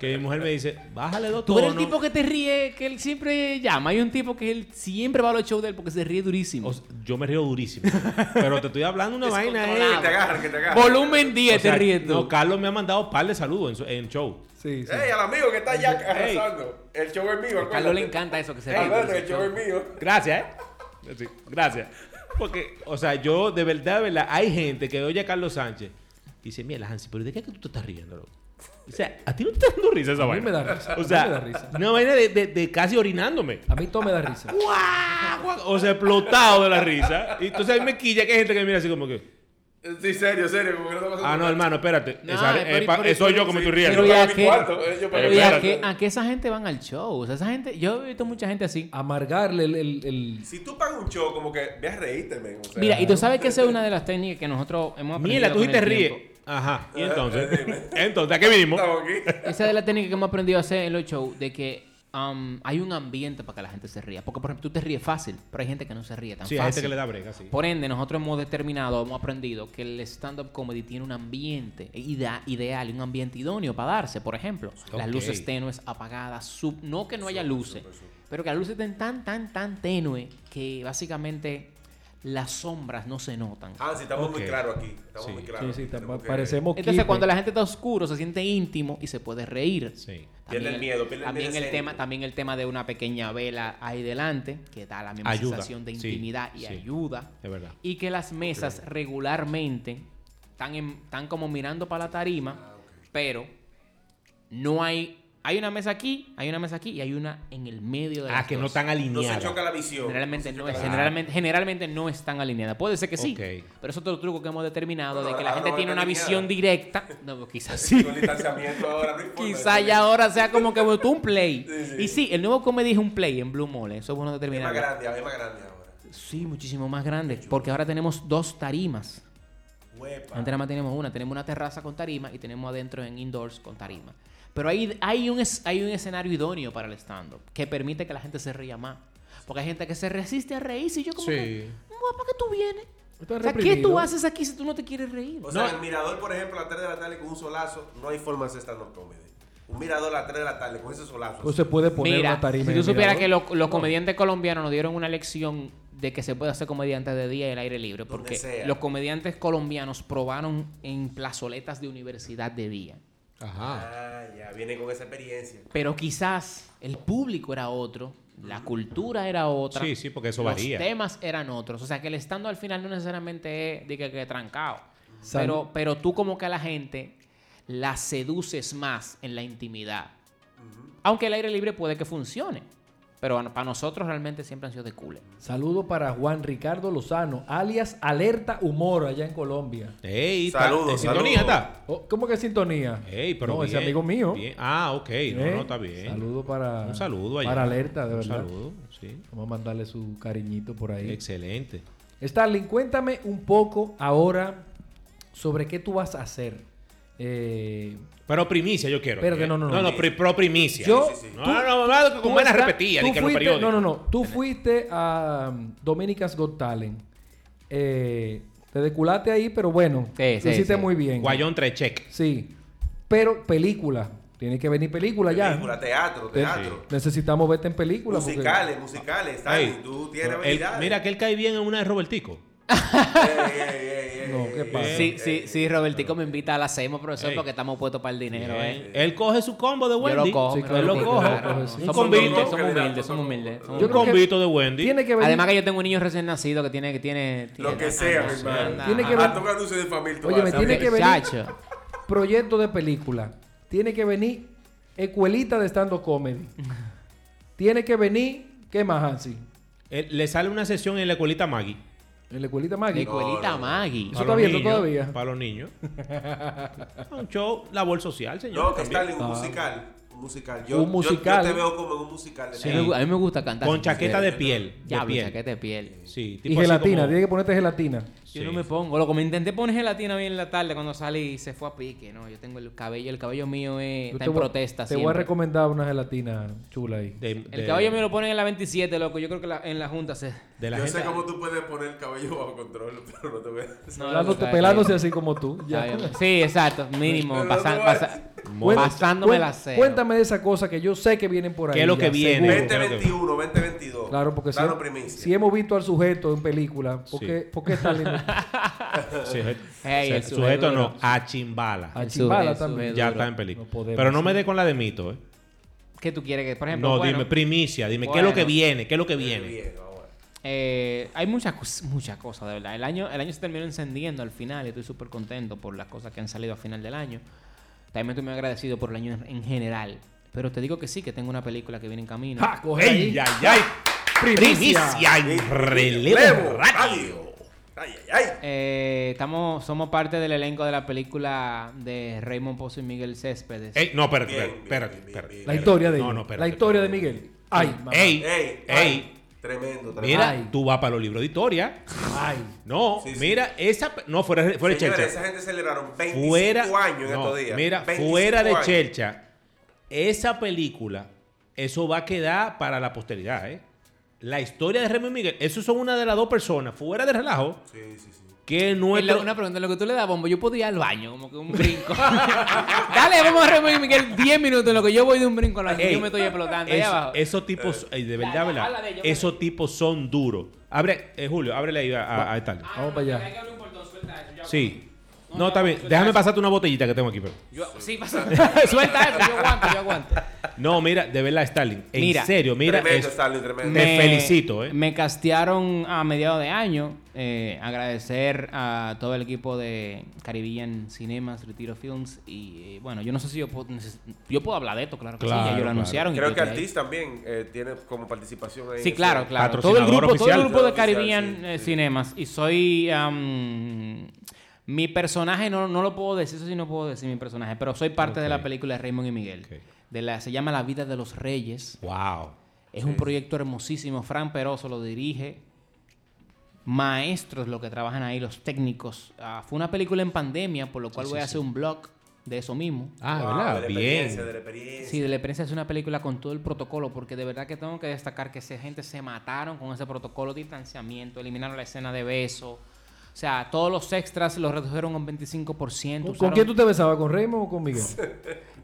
C: Que mi mujer me dice, bájale dos
D: Tú eres
C: tonos.
D: el tipo que te ríe, que él siempre llama. Hay un tipo que él siempre va a los shows de él porque se ríe durísimo.
C: O sea, yo me río durísimo. pero te estoy hablando una vaina. eh.
B: Que te agarra, que te agarra.
D: Volumen 10
C: O sea,
D: te ríes tú.
C: no, Carlos me ha mandado un par de saludos en, su- en show.
A: Sí, sí.
B: Ey, al amigo que está allá arrasando. El show es mío.
D: a Carlos le
B: acuérdate.
D: encanta eso que se ríe.
B: Alberto,
D: durísimo.
B: el show es mío.
C: Gracias, ¿eh? Sí, gracias. Porque, o sea, yo de verdad, de verdad, hay gente que oye a Carlos Sánchez y dice, mira, Hansi, pero ¿de qué es que tú te estás riendo, loco? O sea, a ti no te está dando risa esa
A: mí
C: vaina.
A: me da risa, a
C: O
A: mí
C: sea,
A: me da risa.
C: una vaina de, de- de casi orinándome.
A: A mí todo me da risa.
C: ¡Guau, guau! O sea, explotado de la risa. Y entonces a mí me quilla que hay gente que me mira así como que,
B: Sí, serio, serio. Como que no te pasa
C: ah, no,
B: nada.
C: hermano, espérate.
D: No,
C: Esa-
D: pero-
C: eh, pa-
D: pero-
C: soy yo que me estoy riendo.
D: Pero
B: Yo
D: ya
B: pago mi
D: que-
B: cuarto, eh, yo pago
D: Pero
B: mi
D: ¿y a
B: cuarto.
D: qué, a qué esa gente van al show? O sea, esa gente... Yo he visto mucha gente así.
A: Amargarle el, el- el-
B: Si tú pagas un show, como que ve a reírte, men. o sea.
D: Mira, y tú sabes que esa es una de las técnicas que nosotros hemos aprendido
C: Mira, tú
D: con
C: sí te
D: el
C: ríes.
D: tiempo. Eh,
C: Ajá. Y entonces, entonces, ¿a qué vinimos?
B: Estamos aquí.
D: Esa es la técnica que hemos aprendido a hacer en los shows, de que am, hay un ambiente para que la gente se ría. Porque, por ejemplo, tú te ríes fácil, pero hay gente que no se ríe tan
C: Sí, hay
D: fácil.
C: gente que le da brega, sí.
D: Por ende, nosotros hemos determinado, hemos aprendido que el stand-up comedy tiene un ambiente ida- ideal, un ambiente idóneo para darse. Por ejemplo, las
C: Ok.
D: luces tenues, apagadas, sub- no que no haya luces, pero que las luces estén tan, tan, tan tenue que básicamente las sombras no se notan.
B: Ah, sí, estamos
C: Ok.
B: muy claros aquí. Estamos
C: Sí.
B: muy
A: Sí,
B: claros.
A: sí, tam-
B: Tenemos que-
A: parecemos
D: Entonces,
C: pues.
A: Kipe.
D: cuando la gente está oscuro, se siente íntimo y se puede reír.
C: Sí.
B: Pierde el miedo, pierde el
D: también
B: miedo escénico.
D: tema, También el tema de una pequeña vela ahí delante, que da la misma
C: Ayuda,
D: sensación de
C: sí,
D: intimidad y
C: sí.
D: ayuda.
C: Es verdad.
D: Y que las mesas regularmente están, en- están como mirando para la tarima,
B: Ah,
D: pero no hay... Hay una mesa aquí, hay una mesa aquí y hay una en el medio de
C: Ah,
D: las
C: que no
D: dos.
C: están
B: No se
C: alineadas.
B: choca la visión.
D: Generalmente no,
B: se
D: es,
B: choca la-
D: generalmente, generalmente no están alineadas. Puede ser que sí,
C: Ok.
D: pero es otro truco que hemos determinado
B: No,
D: de que
B: ahora
D: la gente
B: no
D: tiene
B: está
D: una
B: alineada.
D: visión directa. No, pues, quizás
B: Sí,
D: sí.
B: con distanciamiento ahora, no importa.
D: Quizá ya ahora sea como que tú un play.
B: Sí, sí.
D: Y sí, el nuevo comedy es un play en Blue Mole. Eso es bueno
B: Es más
D: determinar.
B: grande, es más grande ahora.
D: Sí, muchísimo más grande. Porque ahora tenemos dos tarimas.
B: Huepa.
D: Antes nada más teníamos una. Tenemos una terraza con tarima y tenemos adentro en indoors con tarima. Pero hay, hay, un, es- hay un escenario idóneo para el stand-up que permite que la gente se ría más. Porque hay gente que se resiste a reírse. Y yo como
C: Sí.
D: que, "Mua, ¿para qué tú vienes?
A: Estás
D: O sea, ¿qué
A: reprimido.
D: tú haces aquí si tú no te quieres reír?
B: O sea, el mirador, por ejemplo, a las 3 de la tarde con un solazo, no hay forma de hacer stand-up comedy. Un mirador a las 3 de la tarde con ese solazo.
A: Pues se puede poner
D: Mira,
A: una tarima.
D: si
A: en
D: tú
A: el
D: supieras que
A: mirador.
D: lo- los comediantes colombianos nos dieron una lección de que se puede hacer comediantes de día y el aire libre,
B: Donde
D: porque
B: sea.
D: los comediantes colombianos probaron en plazoletas de universidad de día.
C: Ajá.
B: Ah, ya, viene con esa experiencia.
D: Pero quizás el público era otro, la cultura era otra.
C: Sí, sí, porque eso
D: los
C: varía.
D: temas eran otros. O sea, que el estando al final no necesariamente es de que, que trancado.
A: Sal-
D: Pero, pero tú como que a la gente la seduces más en la intimidad. Aunque el aire libre puede que funcione. Pero a- para nosotros realmente siempre han sido de cule.
A: Saludo para Juan Ricardo Lozano, alias Alerta Humor, allá en Colombia.
C: Ey, está-
B: Saludos,
C: en sintonía
B: saludos.
C: está.
A: Oh, ¿Cómo que sintonía?
C: Ey, pero
A: no,
C: bien,
A: ese amigo mío.
C: bien. Ah, ok. No,
A: ¿Eh?
C: no, está bien.
A: Saludo para,
C: Un saludo allá.
A: para Alerta, de verdad.
C: Un saludo, sí.
A: Vamos a mandarle su cariñito por ahí.
C: Excelente.
A: Starling, cuéntame un poco ahora sobre qué tú vas a hacer. Eh,
C: Pero primicia yo quiero.
A: Espérate,
C: ¿eh?
A: no, no, no.
C: no. pri- pro primicia.
A: yo,
B: sí, sí.
C: No,
A: tú-
C: no, no, no, con
A: tú
C: buenas
A: está-
C: repetidas,
A: tú
C: ni que en los
A: fuiste-
C: periódicos.
A: No, no, no. Tú fuiste a um, Dominicas Got Talent. Eh, te deculaste ahí, pero bueno,
D: Sí,
A: lo
D: sí,
A: hiciste
D: sí.
A: muy bien.
C: Guayón Trechek.
A: Sí. Pero película. Tiene que venir película,
B: Película,
A: ya.
B: teatro,
A: Te-
B: teatro.
A: Necesitamos verte en película. porque- Ah,
B: Musicales, musicales. Stanley,
C: Ey,
B: tú tienes
C: el-
B: habilidades.
C: Mira que él cae bien en una de Robertico.
B: Ey, ey, ey, ey,
A: No,
B: ey,
A: ¿qué
B: ey,
A: pasa?
C: Eh,
B: ey,
D: Sí,
B: ey,
D: sí,
B: ey.
D: sí, Robertico me invita a la SEMO, profesor,
C: Ey.
D: porque estamos puestos para el dinero, ¿eh?
C: Bien. Él coge su combo de
D: Yo
C: Wendy.
D: lo cojo,
A: Sí,
D: me
A: claro,
D: lo
A: porque-
D: cojo.
A: claro,
D: Claro,
A: sí.
D: Somos
C: Un
D: humildes,
C: convito.
D: somos humildes,
C: Un
A: Yo
D: somos humildes. somos humildes.
A: creo que
C: combito de Wendy.
A: Tiene que venir.
D: Además que yo tengo un niño recién nacido que tiene... que tiene,
B: Lo
D: tiene-
B: que sea, mi
D: anda,
B: hermano.
D: anda,
A: Tiene que
D: anda.
B: Ah, toca anuncio de familia. tú
A: Oye, me
B: vas a
A: tiene
B: ver.
A: que venir.
D: Chacho.
A: proyecto de película. Tiene que venir escuelita de stand-up comedy. Tiene que venir, ¿qué más, Hansi?
C: Él- Eh, le sale una sesión en la escuelita Maggie.
A: En la escuelita Maggie.
D: Escuelita Maggie.
C: Para
A: Eso
C: los
A: está abierto
C: niños,
A: todavía.
C: Para los niños. un show, labor social, señor.
B: No, que
C: también.
B: Stanley, un musical. Un musical. Yo,
A: Ah. Un
B: yo-
A: musical.
B: Yo, te veo como en un musical.
C: Sí.
D: A mí me gu- A mí me gusta cantar.
C: Con
D: sin
C: chaqueta de
D: música.
C: piel. De
D: Diablo,
C: piel.
D: chaqueta de piel.
C: Sí,
A: Y
C: tipo así
A: gelatina,
C: como-
A: tiene que ponerte gelatina.
C: Sí.
D: Yo no me pongo. Loco, me intenté poner gelatina bien en la tarde cuando salí y se fue a pique. No, yo tengo el cabello, el cabello mío es,
A: Yo
D: está
A: te
D: en
A: voy-
D: protesta.
A: Te voy a
D: siempre.
A: recomendar una gelatina chula ahí.
C: De,
D: El
C: de-
D: cabello me lo ponen en la 27, loco. Yo creo que la- en la junta se.
C: de la
B: yo
C: gente.
B: sé cómo tú puedes poner el cabello bajo control, pero no te voy a decir.
A: Pelándote-
D: loco,
A: pelándose
D: está
A: así como tú.
D: bien.
A: ya.
D: Está bien. Sí, exacto. Mínimo.
B: Pero no
D: pasa-
B: te
D: pasa-
A: Cuenta-
D: pasándome
A: cuen-
D: la cena.
A: Cuéntame de esa cosa que yo sé que vienen por ahí.
C: ¿Qué es lo
A: ya,
C: que viene?
A: seguro.
B: 2021, 2022.
C: Oh,
A: Claro, porque si,
B: Danos primicia.
A: si hemos visto al sujeto en película, ¿por
C: Sí.
A: qué, por qué está lindo?
C: Sí,
D: Ey,
C: se-
D: el
C: sujeto
D: sujeto
C: no,
D: no.
C: a chimbala.
A: A
D: El
A: Chimbala
D: sube-
A: también.
D: sube
C: ya
D: duro.
C: está en película.
A: No podemos.
C: Pero no me dé con la de mito, ¿eh?
D: ¿Qué tú quieres que, por ejemplo?
C: no,
D: bueno,
C: dime, primicia, dime, ¿qué es lo que
D: Bueno.
C: viene? ¿Qué es lo que
B: Viene,
C: viene?
B: viene, vamos a ver.
D: eh, hay muchas cos- muchas cosas, de verdad. El año, el año se terminó encendiendo al final y estoy súper contento por las cosas que han salido a final del año. También estoy muy agradecido por el año en, en general. Pero te digo que sí, que tengo una película que viene en camino.
A: ¡Ja! Coge ahí.
C: ¡Ey, ay, ay!
A: Primicia.
C: ¡Primicia y relevo radio!
B: Relevo Radio. Ay, ay, ay.
D: Eh, estamos, somos parte del elenco de la película de Raymond Pozo y Miguel Céspedes.
C: Ey, no, espérate,
B: Bien,
C: espérate, espérate,
B: bien, bien,
C: espérate.
A: La historia de
C: No,
A: él.
C: no, espérate,
A: La historia de
C: espérate.
A: Miguel. Ay, mamá.
C: ¡Ey!
B: Ey,
C: ¡Ey!
B: Tremendo, tremendo.
C: Mira,
A: Ay.
C: tú vas para los libros de historia.
A: Ay.
C: No,
B: Sí, sí.
C: mira, esa. pe- No, fuera, fuera de
B: Señores,
C: Chelcha.
B: esa gente celebraron 25
C: fuera,
B: años en
C: no,
B: estos días.
C: Mira,
B: 25
C: fuera de
B: años.
C: Chercha, esa película, eso va a quedar para la posteridad, ¿eh? La historia de Remy Miguel, esos son una de las dos personas, fuera de relajo,
B: Sí, sí, sí.
C: que
D: Y lo-
C: nuestro...
D: Una pregunta, lo que tú le das bombo, yo podría ir al baño, como que un brinco. Dale, vamos a reunir Miguel 10 minutos en lo que yo voy de un brinco a la
C: Ey,
D: yo me estoy explotando. allá
C: eso-
D: abajo.
C: Esos
B: Eh.
C: tipos, ey, de verdad,
D: ya,
C: ¿verdad?
D: habla de ello, habla de
C: esos tipos son duros. Abre, eh, Julio, ábrele ahí a, a, a Stanley.
A: Vamos para allá.
C: Sí.
D: No,
C: No,
D: ya,
C: está bien.
D: suelta
C: Déjame
D: eso.
C: pasarte una botellita que tengo aquí. Pero...
D: Yo, sí, pasa. Suelta eso, yo aguanto, yo aguanto.
C: No, mira, de verdad, Stalin. En
D: Mira.
C: serio, mira.
B: tremendo,
C: es-
B: Stanley, tremendo.
C: Me- felicito, eh.
D: Me castearon a mediados de año. eh, agradecer a todo el equipo de Caribbean Cinemas, Retiro Films. Y eh, bueno, yo no sé si yo puedo, neces- yo puedo hablar de esto, claro que sí.
C: Claro,
D: ya ellos
C: claro.
D: lo anunciaron. y yo
B: Creo que
D: estoy ahí.
B: Artis también eh, tiene como participación ahí.
D: Sí,
B: en
D: claro,
B: ese-
D: claro. Todo el
C: Patrocinador
D: grupo, todo el
C: oficial.
D: grupo de
B: Oficial,
D: Caribbean
B: sí,
D: eh,
B: sí.
D: Cinemas. Y soy. am, mi personaje no, no lo puedo decir, eso sí no puedo decir mi personaje, pero soy parte de
C: Ok.
D: la película de Raymond y Miguel.
C: Ok.
D: De la, se llama La vida de los reyes.
C: Wow.
D: Es un proyecto hermosísimo. Fran Peroso lo dirige. Maestros lo que trabajan ahí, los técnicos. Ah, fue una película en pandemia, por lo cual voy a hacer un blog de eso mismo.
C: Ah,
B: Wow,
C: ¿verdad?
B: de la
C: Bien.
B: experiencia, de la experiencia.
D: Sí, de la experiencia es una película con todo el protocolo, porque de verdad que tengo que destacar que esa gente se mataron con ese protocolo de distanciamiento, eliminaron la escena de beso. O sea, todos los extras los redujeron un 25%.
A: ¿Con,
D: usaron-
A: quién tú te besabas? ¿Con Raymond o con Miguel?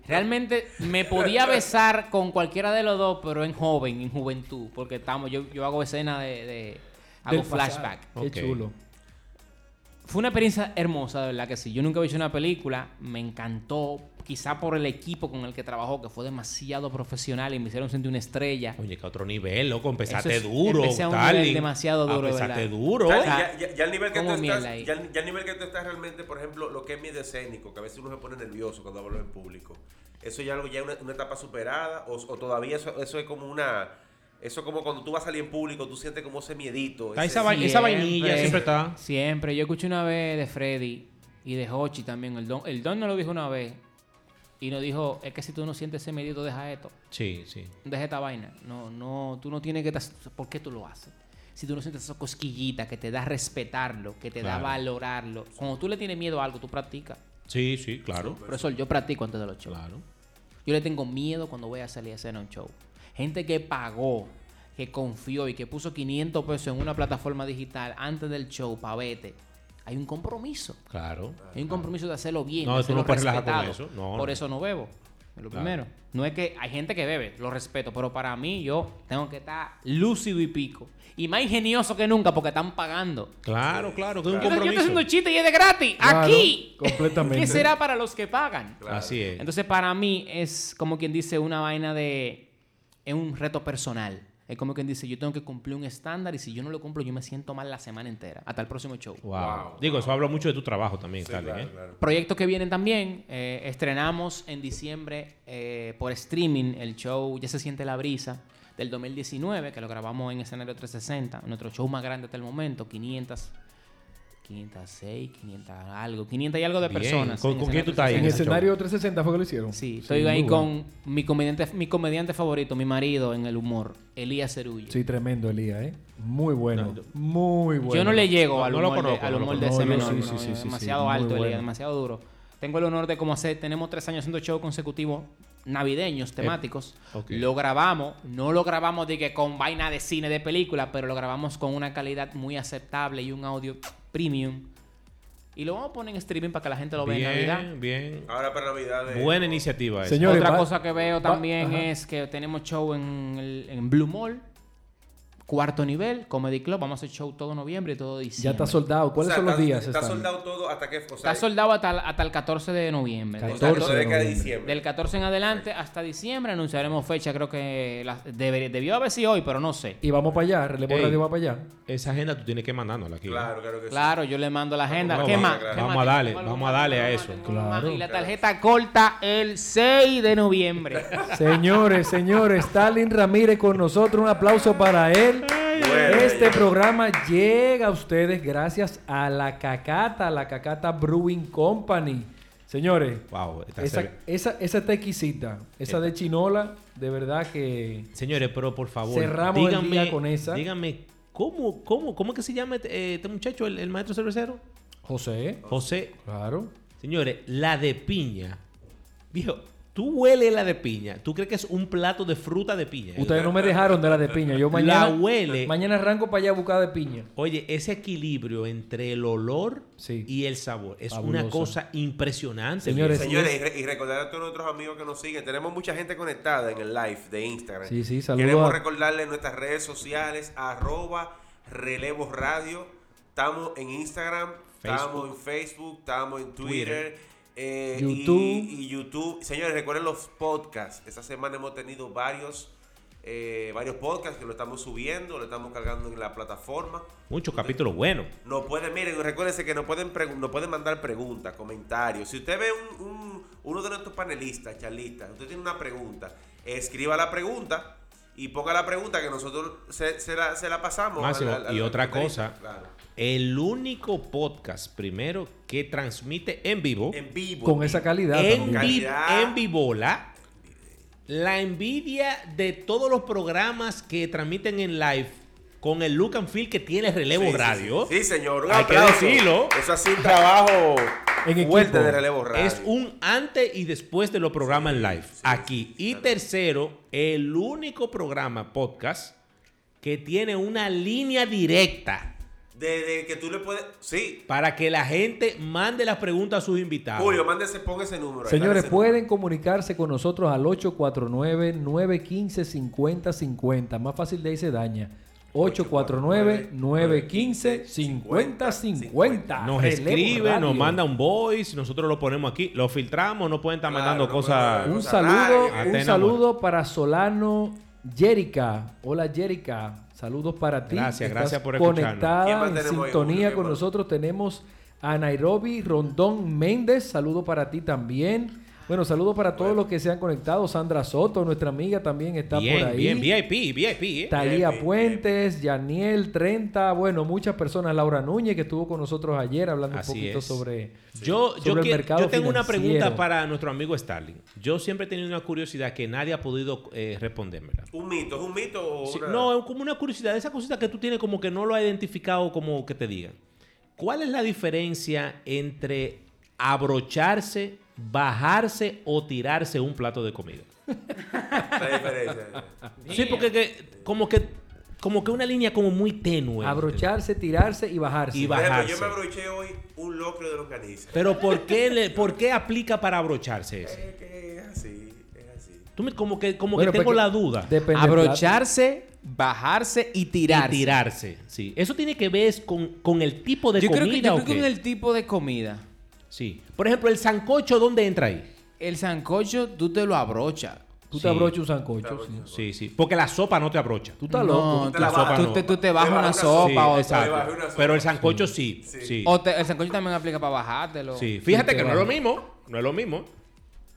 D: Realmente me podía besar con cualquiera de los dos, pero en joven, en juventud, porque estamos, yo, yo hago escena de, de- hago
A: Del pasado.
D: flashback.
A: Qué
C: Ok.
A: chulo.
D: Fue una experiencia hermosa, de verdad que sí. Yo nunca había hecho una película, me encantó, quizá por el equipo con el que trabajó, que fue demasiado profesional y me hicieron sentir una estrella.
C: Oye, que a otro nivel, loco. Empezaste
D: Eso es-
C: duro,
D: empecé a un
C: Stalin.
D: nivel demasiado duro,
C: Empezaste
D: ¿verdad?
C: duro.
B: Stanley,
D: sea,
B: ya, ya- ya el nivel que tú
D: como
B: estás,
D: miel ahí.
B: ya, el- ya el nivel que tú estás realmente, por ejemplo, lo que es miedo escénico, que a veces uno se pone nervioso cuando habla en público. Eso ya algo ya es una, una etapa superada o, o todavía eso, eso es como una eso es como cuando tú vas a salir en público, tú sientes como ese miedito,
C: Está
B: ese-
C: esa vaina. vainilla siempre está.
D: Siempre. Yo escuché una vez de Freddy y de Hochi también. El don, el don nos lo dijo una vez y nos dijo: Es que si tú no sientes ese medito, deja esto.
C: Sí, sí.
D: Deja esta vaina. No, no, tú no tienes que. tas- ¿Por qué tú lo haces? Si tú no sientes esa cosquillita que te da respetarlo, que te
C: Claro.
D: da valorarlo. Cuando tú le tienes miedo a algo, tú practicas.
C: Sí, sí, claro.
D: Profesor, yo practico antes de los shows.
C: Claro.
D: Yo le tengo miedo cuando voy a salir a hacer un show. Gente que pagó, que confió y que puso 500 pesos en una plataforma digital antes del show para vete. Hay un compromiso.
C: Claro.
D: Hay un compromiso de hacerlo bien.
C: No,
D: de
C: tú no
D: hacerlo
C: puedes relajar con
D: respetado.
C: eso. No,
D: Por
C: no.
D: eso no bebo. Es lo
C: Claro.
D: primero. No es que hay gente que bebe, lo respeto, pero para mí yo tengo que estar lúcido y pico. Y más ingenioso que nunca porque están pagando.
C: Claro, claro. Que es un
D: Entonces, yo estoy haciendo
C: compromiso.
D: chiste y es de gratis.
A: Claro,
D: aquí.
A: completamente.
D: ¿Qué será para los que pagan?
B: Claro.
C: Así es.
D: Entonces, para mí es como quien dice una vaina de. Es un reto personal. Es como quien dice: Yo tengo que cumplir un estándar y si yo no lo cumplo, yo me siento mal la semana entera. Hasta el próximo show.
C: wow.
B: Wow,
C: Digo, eso habla mucho de tu trabajo también,
B: Sí,
C: Stalin,
B: claro,
C: ¿eh?
B: claro.
D: Proyectos que vienen también. eh, estrenamos en diciembre eh, por streaming el show Ya se siente la brisa del 2019, que lo grabamos en escenario 360. Nuestro show más grande hasta el momento, 500. 506, 500 algo, 500 y algo de
C: Bien.
D: personas.
C: ¿Con-
D: en
C: con quién tú
D: escenario
C: estás ahí?
A: En
D: 360.
A: escenario 360 fue que lo hicieron.
D: Sí, estoy ahí
A: muy bueno.
D: con mi comediante, mi comediante favorito, mi marido en el humor, Elías Cerullo.
A: Sí, tremendo, Elías, ¿eh? Muy bueno. Muy bueno.
D: Yo no le llego
C: No,
D: al
C: no
D: humor,
C: lo
D: de-
C: conozco,
D: al
C: no lo
D: humor de
A: conozco.
D: ese
A: No, yo
D: menor.
A: sí,
D: no,
A: sí, sí, sí, sí,
D: demasiado
A: muy
D: alto,
A: bueno.
D: Elías, demasiado duro. Tengo el honor de como hacer, tenemos tres años haciendo shows consecutivos navideños,
A: Eh,
D: temáticos.
C: ok.
D: Lo grabamos, no lo grabamos de que con vaina de cine, de película, pero lo grabamos con una calidad muy aceptable y un audio premium. Y lo vamos a poner en streaming para que la gente lo vea en Navidad.
C: Bien, bien.
B: Ahora para Navidad eh,
C: Buena iniciativa esa.
A: Señor- Señores,
D: Otra
A: va-
D: cosa que veo
A: va-
D: también
A: ajá.
D: es que tenemos show en, el- en Blue Mall, cuarto nivel, Comedy Club. Vamos a hacer show todo noviembre y todo diciembre.
A: Ya está soldado.
B: O
A: ¿Cuáles
B: sea,
A: son los
B: está-
A: días?
B: Está
A: Stanley?
B: soldado todo hasta que o sea,
D: Está soldado hasta, el- hasta el 14 de noviembre. Del
B: o sea, que
A: 14
B: se
A: de
B: dedica a
A: noviembre.
B: diciembre.
D: Del 14 en adelante hasta diciembre anunciaremos fecha. Creo que la- debería- debió haber sido hoy, pero no sé.
A: Y vamos para allá, relevo
C: Ey.
A: radio va para allá.
C: Esa agenda tú tienes que mandándola aquí. ¿eh?
B: Claro, claro que sí.
D: Claro, yo le mando la agenda.
C: Vamos,
D: ¿Qué
C: vamos,
D: más?
B: claro.
D: ¿Qué más?
C: Vamos a darle,
D: Tengo algo
C: vamos a
D: más,
C: darle a
D: tengo algo
C: eso.
D: más, tengo algo más.
A: Claro.
D: Y la tarjeta corta el 6 de noviembre.
A: Señores, señores, Stalin Ramírez con nosotros. Un aplauso para él.
B: ay,
A: Este
B: ay.
A: programa llega a ustedes gracias a la Cacata, la Cacata Brewing Company. Señores,
C: Wow, está
A: esa,
C: severo.
A: esa, esa está exquisita. Esa de chinola, de verdad que...
C: Señores, pero por favor,
A: Cerramos el
C: díganme,
A: día con esa.
C: díganme, ¿cómo, cómo, cómo es que se llama eh, este muchacho, el, el maestro cervecero?
A: José,
C: José.
A: claro.
C: Señores, la de piña. Viejo, tú hueles la de piña. ¿Tú crees que es un plato de fruta de piña?
A: Ustedes no me dejaron de la de piña. Yo mañana...
C: La huele.
A: Mañana arranco para allá a buscar de piña.
C: Oye, ese equilibrio entre el olor
A: Sí.
C: y el sabor es una
A: Fabuloso.
C: cosa impresionante.
A: Señores,
C: viejo.
B: Señores, y, re- y recordar a todos nuestros amigos que nos siguen. Tenemos mucha gente conectada en el live de Instagram.
A: Sí, sí, saludos
B: Queremos
A: a-
B: recordarles nuestras redes sociales, arroba relevos radio. Estamos en Instagram, estamos en Facebook, estamos en Twitter. eh, y-
A: YouTube.
B: Y, YouTube. Señores, recuerden los podcasts. Esta semana hemos tenido varios, eh, varios podcasts que lo estamos subiendo, lo estamos cargando en la plataforma.
C: Muchos capítulos buenos.
B: No pueden, miren, recuérdense que nos pueden, pregun- nos pueden mandar preguntas, comentarios. Si usted ve un, un- uno de nuestros panelistas, charlistas, usted tiene una pregunta, escriba la pregunta y ponga la pregunta que nosotros se, se la, se la pasamos.
C: Máximo, y otra
B: comentarista.
C: cosa.
B: Claro.
C: El único podcast, primero, que transmite en vivo.
B: En vivo.
A: Con esa calidad.
C: en,
A: también.
C: vi-
B: Calidad.
C: en Vivola. La envidia de todos los programas que transmiten en live con el look and feel que tiene
B: Sí,
C: Relevo
B: sí, sí.
C: Radio.
B: Sí, señor. un
C: Hay que
B: aplauso.
C: decirlo.
B: Eso ha sido un trabajo
A: En
B: fuerte
A: equipo.
B: de relevo radio.
C: Es un antes y después de los programas en live.
B: sí,
C: aquí.
B: sí,
C: y
B: claro.
C: tercero, el único programa podcast que tiene una línea directa
B: De, de que tú le puedes. Sí.
C: para que la gente mande las preguntas a sus invitados.
B: Julio, mándese, ponga ese número. ahí, dale
A: Señores,
B: ese
A: pueden
B: número.
A: comunicarse con nosotros al 849-915-5050. Más fácil de ahí se daña. 849-915-5050.
C: Nos
A: Relevo
C: escribe,
A: Radio.
C: nos manda un voice, nosotros lo ponemos aquí, lo filtramos, no pueden estar
B: Claro,
C: mandando
B: no
C: cosas.
B: pueden-
A: un
B: Radio.
A: saludo, un
C: Atena,
A: saludo para Solano Jerica. Hola Jerica, saludos para ti.
C: Gracias,
A: Estás
C: gracias por escucharnos.
B: ¿Quién
A: Conectada
B: más
A: en
B: tenemos ahí, Julio?
A: sintonía
B: ¿Quién
A: con
B: más?
A: nosotros tenemos a Nairobi Rondón Méndez. Saludos para ti también. Bueno, saludos para todos los que se han conectado. Sandra Soto, nuestra amiga también está
C: bien,
A: por ahí.
C: bien, VIP, VIP. ¿eh?
A: Talía
B: Bien, bien,
A: Puentes, Yaniel 30, bueno, muchas personas, Laura Núñez que estuvo con nosotros ayer hablando
C: Así
A: un poquito
C: es.
A: sobre
C: Yo, yo,
A: sobre el
C: quiero-
A: mercado
C: yo tengo una
A: financiero.
C: pregunta para nuestro amigo Starling. Yo siempre he tenido una curiosidad que nadie ha podido eh, respondérmela.
B: Un mito, es un mito. o
C: Sí,
B: una-
C: no, es como una curiosidad, esa cosita que tú tienes como que no lo ha identificado como que te digan. ¿Cuál es la diferencia entre abrocharse, bajarse o tirarse un plato de comida?
B: la diferencia.
C: Sí, porque que- como que como que una línea como muy tenue.
A: abrocharse, tirarse y bajarse.
C: Y
B: Por ejemplo, yo
C: bajarse.
B: me abroché hoy un locro de longaniza.
C: Pero ¿por qué, le- ¿por qué aplica para abrocharse eso?
B: Es que es así, es así.
C: Tú me- como que, como
A: Bueno,
D: pues
C: que tengo
A: porque
C: la duda.
A: depende del
E: Abrocharse, bajarse y tirarse.
C: Y tirarse, sí. Eso tiene que ver es con, con el tipo de
D: Yo
C: comida
D: creo que, yo
C: o
D: creo que
C: qué?
D: con el tipo de comida.
C: Sí. Por ejemplo, el sancocho, ¿dónde entra ahí?
D: El sancocho, tú te lo abrochas.
A: plato. Tú
C: Sí.
A: te abrochas un sancocho.
B: abrochas.
C: Sí,
A: sí.
C: sí. Porque la sopa no te abrocha.
A: Tú estás
D: No,
A: loco.
D: Tú,
B: la
D: tú-
B: bajas.
D: tú te, tú te
B: Te
D: bajas
B: bajas
D: una
B: una
C: Sí,
D: sopa o,
C: exacto.
B: Te bajé una sopa.
C: Pero el sancocho sí.
B: Sí.
C: Sí.
D: o te- el sancocho también aplica para bajártelo.
C: Sí. Fíjate
A: Sí,
C: que
A: te
C: no es lo
A: baja.
C: mismo. No es lo mismo.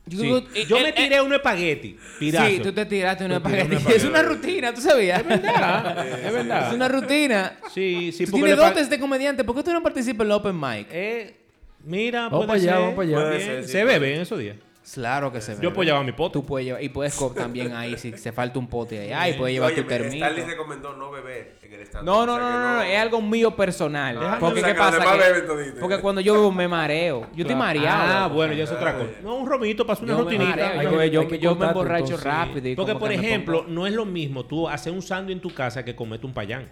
D: Yo,
C: Sí.
D: creo que-
C: Yo
D: eh,
C: me
D: eh,
C: tiré un espagueti. Tirazo.
D: Sí, tú te tiraste una
B: Tú tiraste
D: espagueti.
B: una
D: Es una
B: espagueti.
D: rutina, ¿tú sabías? Es
C: Ah,
D: verdad.
C: es
D: Es
C: verdad.
D: una rutina.
C: Sí, sí.
D: tú
C: porque
D: tienes
C: le pa-
D: dotes de comediante. ¿Por qué tú no participas en el Open Mic?
C: Eh, mira,
A: Vamos
C: puede
A: para allá,
C: ser.
A: vamos para allá.
C: Puede
B: Puede
C: ser,
B: ser,
C: Se
B: sí.
C: bebe en esos días.
D: Claro que se ve.
C: Yo apoyaba mi pote.
D: Tú puedes llevar, y puedes co- también ahí, si se falta un pote ahí, ahí
C: pues,
D: puedes llevar
B: Oye,
D: tu
B: me-
D: termito.
B: Stanley recomendó no beber en el stand.
D: No, no, no, no, no, es algo mío personal.
B: Ah,
D: porque
B: o sea,
D: qué
B: que
D: pasa,
B: además
D: Que-
B: beben todito.
D: porque cuando yo bebo me mareo. Yo estoy mareado.
C: Ah, bueno, ya es otra cosa. No, un romito para hacer una
D: yo me
C: rutinita.
D: mareo,
A: Hay
D: yo,
A: que-
D: yo-
A: hay que
D: yo me
A: cortarte,
D: emborracho
A: entonces.
D: rápido. y
C: Porque,
D: como
C: por
D: que me
C: ejemplo,
D: pongo-
C: no es lo mismo tú hacer un sándwich en tu casa que comerte un payán.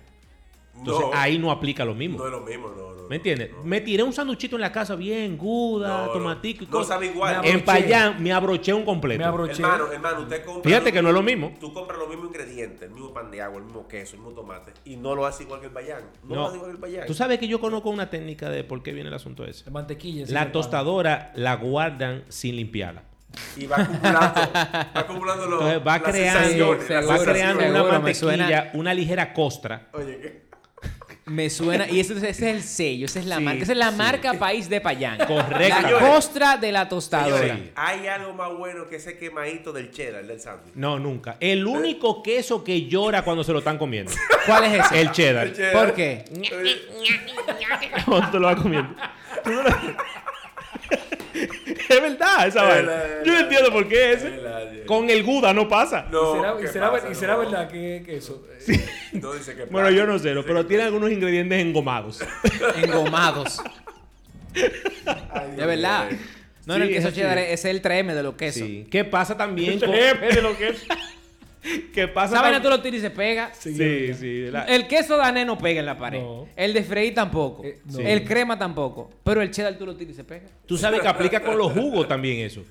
C: Entonces,
B: No,
C: ahí no aplica lo mismo.
B: no es lo mismo, no, no.
C: ¿Me entiendes?
B: no.
C: Me tiré un sanduchito en la casa bien, guda,
B: No, no.
C: tomatico y
B: No
C: cosas.
B: sabe igual.
A: Me
C: En
A: abroché.
C: Payán me abroché un
A: Me
C: completo.
A: abroché.
B: Hermano, hermano, usted compra.
C: Fíjate que no es lo mismo.
B: Tú compras los mismos ingredientes, el mismo pan de agua, el mismo queso, el mismo tomate, y no lo haces igual que el payán. No, lo
C: No.
B: haces igual que el payán.
C: Tú sabes que yo conozco una técnica de por qué viene el asunto ese.
A: La mantequilla. encima
C: La
A: del pan.
C: tostadora la guardan sin limpiarla.
B: Y va acumulando. va acumulando los.
C: Entonces va
B: las
C: creando,
B: sensaciones, las
C: va
D: seguro,
C: creando
D: seguro,
C: una
D: me
C: mantequilla,
D: suena.
C: una ligera costra.
B: Oye, ¿qué?
D: Me suena, y ese, ese es el sello, esa es la
C: Sí,
D: marca, esa es la
C: sí.
D: marca país de Payán.
C: Correcto.
D: La
B: Señores.
D: costra de la tostadora.
C: Sí.
B: Hay algo más bueno que ese quemadito del cheddar, del sándwich.
C: No, nunca. El único queso que llora cuando se lo están comiendo.
D: ¿Cuál es ese?
C: El cheddar.
D: ¿Por qué?
C: Cuando te lo vas comiendo. Tú no lo-
F: es verdad esa vaina.
B: verdad,
F: Yo no
B: es
F: entiendo por qué
B: Es verdad, es
F: ese.
B: verdad.
F: Con el Guda no pasa.
B: No,
A: ¿Y será, y
B: ¿qué
A: será-
B: pasa?
A: y será
B: No.
A: verdad que, que eso? eh,
B: No dice que
F: Bueno,
B: pasa.
F: yo no sé,
B: Dice
F: pero
B: que
F: tiene
B: pasa.
F: algunos ingredientes engomados.
D: Engomados.
B: Ay,
D: De
B: Dios
D: verdad.
B: mío. eh.
D: No,
F: Sí,
D: no, el
F: es
D: queso
F: así.
D: cheddar es el 3M de los quesos.
F: Sí. ¿Qué pasa también con... Espérate, lo que ¿Qué pasa
D: Esa vaina
F: tam-
D: tú lo tiras y se pega.
F: Sí, sí. la-
D: El queso dané no pega en la pared.
A: No.
D: El de freír tampoco.
A: Eh, no.
D: El crema tampoco. Pero el cheddar tú lo tiras y se pega.
C: Tú sabes que aplica con los jugos también eso.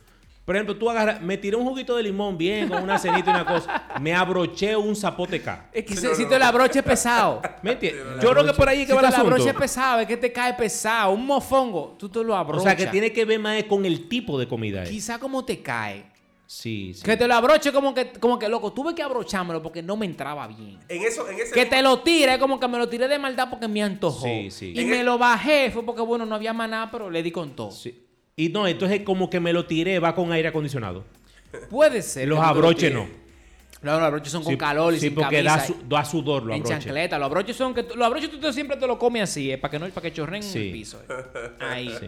C: Por ejemplo, tú agarras, me tiré un juguito de limón bien, con una cenita y una cosa. Me abroché un zapote K.
D: Es que
B: Sí,
D: si,
B: no,
D: si
B: no,
D: te
B: no.
D: la brocha es pesado.
C: ¿Me entiendes? Yo creo que por ahí es
D: Si
C: que
D: te
C: va el
D: la brocha es
C: asunto.
D: pesado, es que te cae pesado. Un mofongo, tú te lo
C: O
D: abrochas.
C: sea, que tiene que ver más con el tipo de comida. eh.
D: Quizá como te cae.
C: Sí, sí.
D: Que te lo abroche como que, como que loco. Tuve que abrochármelo porque no me entraba bien.
B: En, eso, en ese
D: Que
B: mismo-
D: te lo tire, es como que me lo tiré de maldad porque me antojó.
C: Sí, sí.
D: Y
B: En
D: me
B: el-
D: lo bajé, fue porque bueno, no había más nada, pero le di con todo.
C: Sí. Y no, entonces como que me lo tiré, va con aire acondicionado.
D: Puede ser.
C: Los
D: que tú te lo
C: abroches
D: tires.
C: no.
D: Los abroches son con
C: Sí,
D: calor y
C: Sí,
D: sin
C: porque
D: camisa.
C: da, su- da sudor lo
D: en
C: abroche.
D: chancleta, los abroches son que tú- los abroches tú te- siempre te lo comes así, eh, para que no para que chorren en
C: Sí.
D: el piso. eh. Ahí.
C: Sí.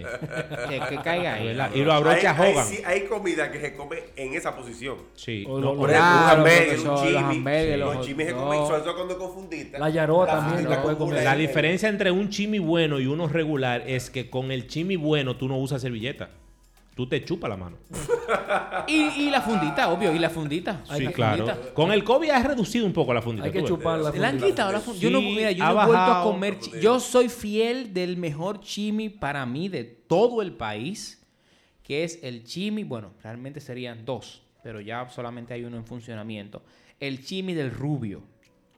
D: Que, que caiga ahí.
C: ¿Verdad? Y lo abrocha
B: hay, hay
C: Hogan.
B: sí- hay comida que se come en esa posición.
C: Sí.
A: O
C: No,
A: lo-
B: Por
A: Claro,
B: ejemplo, un hamburger,
D: profesor,
B: un
D: los
B: chimis.
D: hamburgues, los
B: Los
D: hot
B: chimis se
D: dog.
B: comen, sobre todo cuando con fundita.
A: La yaroa
B: La
A: también
B: fundita
A: la
B: con
A: puede comer.
B: puré.
C: La diferencia entre un chimi bueno y uno regular es que con el chimi bueno tú no usas servilleta. Tú te chupas la mano.
D: Y, y la fundita, obvio, y la fundita.
A: Ay,
C: sí,
A: la
C: claro.
A: fundita.
C: Con el COVID has reducido un poco la fundita.
A: Hay que
C: tú ves.
A: chupar la
D: ¿Le han
A: fundita.
D: quitado la fundita?
C: Sí,
D: yo no, mira, yo
C: ha
D: no he vuelto a
C: bajado.
D: comer. chi- Yo soy fiel del mejor chimi para mí de todo el país, que es el chimi. Bueno, realmente serían dos, pero ya solamente hay uno en funcionamiento. El chimi del rubio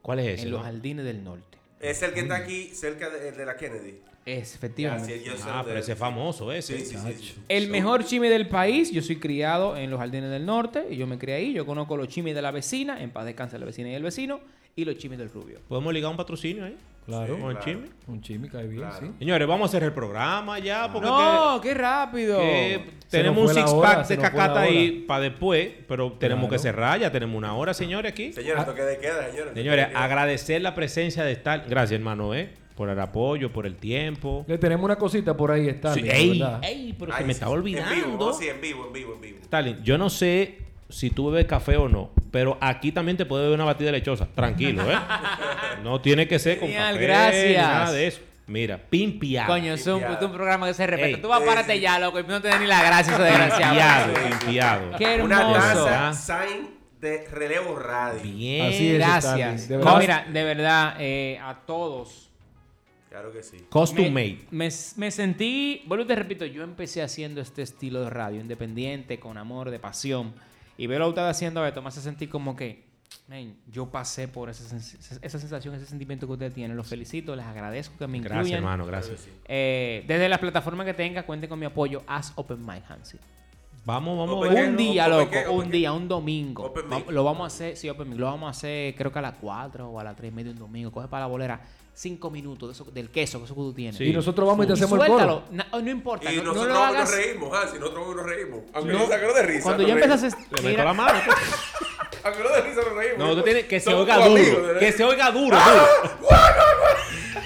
C: ¿Cuál es ese? Ah,
D: en los
C: no?
D: jardines del norte.
B: Es el que está aquí cerca de, de la Kennedy.
D: Es,
B: Así
D: efectivamente.
B: es, yo sé
C: Ah,
B: dónde
C: pero ese es famoso ese.
B: Sí, sí, sí, sí.
D: El mejor chimi del país, yo soy criado en los jardines del norte, y yo me crié ahí, yo conozco los chimis de la vecina, en paz descansa la vecina y el vecino, y los chimis del rubio.
C: Podemos ligar un patrocinio ahí.
A: Claro.
C: Con el
B: claro.
C: chimi.
A: Un chimi cae bien,
B: Claro.
A: sí.
C: Señores, vamos a cerrar el programa ya. Porque
D: ¡No! ¡Qué rápido!
C: que- que
A: Ah. Se nos
C: tenemos un
A: fue la
C: six
A: hora,
C: pack
A: se
C: de
A: nos fue la
C: cacata
A: hora.
C: ahí para después, pero tenemos
A: Claro.
C: que cerrar. Ya tenemos una hora, señores, aquí.
A: Ah.
B: Señores, toque de queda, señores.
C: Señores,
B: Toque de queda.
C: agradecer la presencia de estar. Gracias, hermano, ¿eh? Por el apoyo, por el tiempo.
A: Le tenemos una cosita por ahí, está.
C: Sí, ey, ey, pero se
B: Ay,
C: me
B: sí,
C: está
B: sí.
C: olvidando.
B: En vivo, oh, sí, en vivo, en vivo, en vivo.
C: Stalin, yo no sé si tú bebes café o no, pero aquí también te puede beber una batida lechosa. Tranquilo, ¿eh? No tiene que ser con
D: Genial,
C: café,
D: gracias.
C: ni nada de eso. Mira, pimpiado.
D: Coño, es un,
B: Limpiado.
D: es un programa que se respeta.
C: Ey.
D: Tú vas, párate ya, loco, y no te den ni la gracia, eso desgraciado.
C: Pimpiado, pimpiado.
D: ¡Qué
B: Una
D: hermoso!
C: Ah.
B: taza sign de relevo radio.
C: Bien.
A: Así es.
D: Gracias.
A: Stanley, de
D: No,
A: verdad.
D: mira, de verdad, eh, a todos.
B: Claro que sí.
C: Costume
D: me,
C: made.
D: Me, me sentí, vuelvo y te repito, yo empecé haciendo este estilo de radio, independiente, con amor, de pasión. Y verlo a usted haciendo esto me hace sentir como que, men, yo pasé por esa, sens- esa sensación, ese sentimiento que ustedes tienen. Los felicito, les agradezco que me incluyan.
C: Gracias, hermano, gracias.
D: Eh, desde la plataforma que tenga, cuenten con mi apoyo. Haz Open Mic, Hansi.
C: Vamos, vamos.
B: Open
C: a ver.
D: Un
B: mic,
D: día,
B: open
D: loco.
B: mic, open
D: Un
B: mic.
D: día, un domingo.
B: Open
D: Va-
B: mic.
D: Lo vamos a hacer, sí, Open mic. Lo vamos a hacer, creo que a las 4 o a las 3 y media un domingo. Coge para la bolera 5 minutos de eso- del queso, que eso que tú tienes.
C: Sí.
A: Y nosotros vamos y te
D: Y
A: hacemos el
D: suéltalo.
A: coro.
D: Na- No, importa.
B: Y
D: No, no
B: nosotros
D: lo
B: vamos
D: hagas.
B: nos reímos, Hansi, nosotros vamos nos reímos. Aunque no, sacaron de risa.
D: Cuando
B: nos
D: ya
B: reímos.
D: empezaste.
C: Le meto
D: mira,
C: la mano.
B: Aunque no de risa nos reímos.
C: No, tú tienes que se
B: Somos
C: oiga
B: tus amigos,
C: duro.
B: ¿verdad? Ah,
C: Que se oiga duro, duro.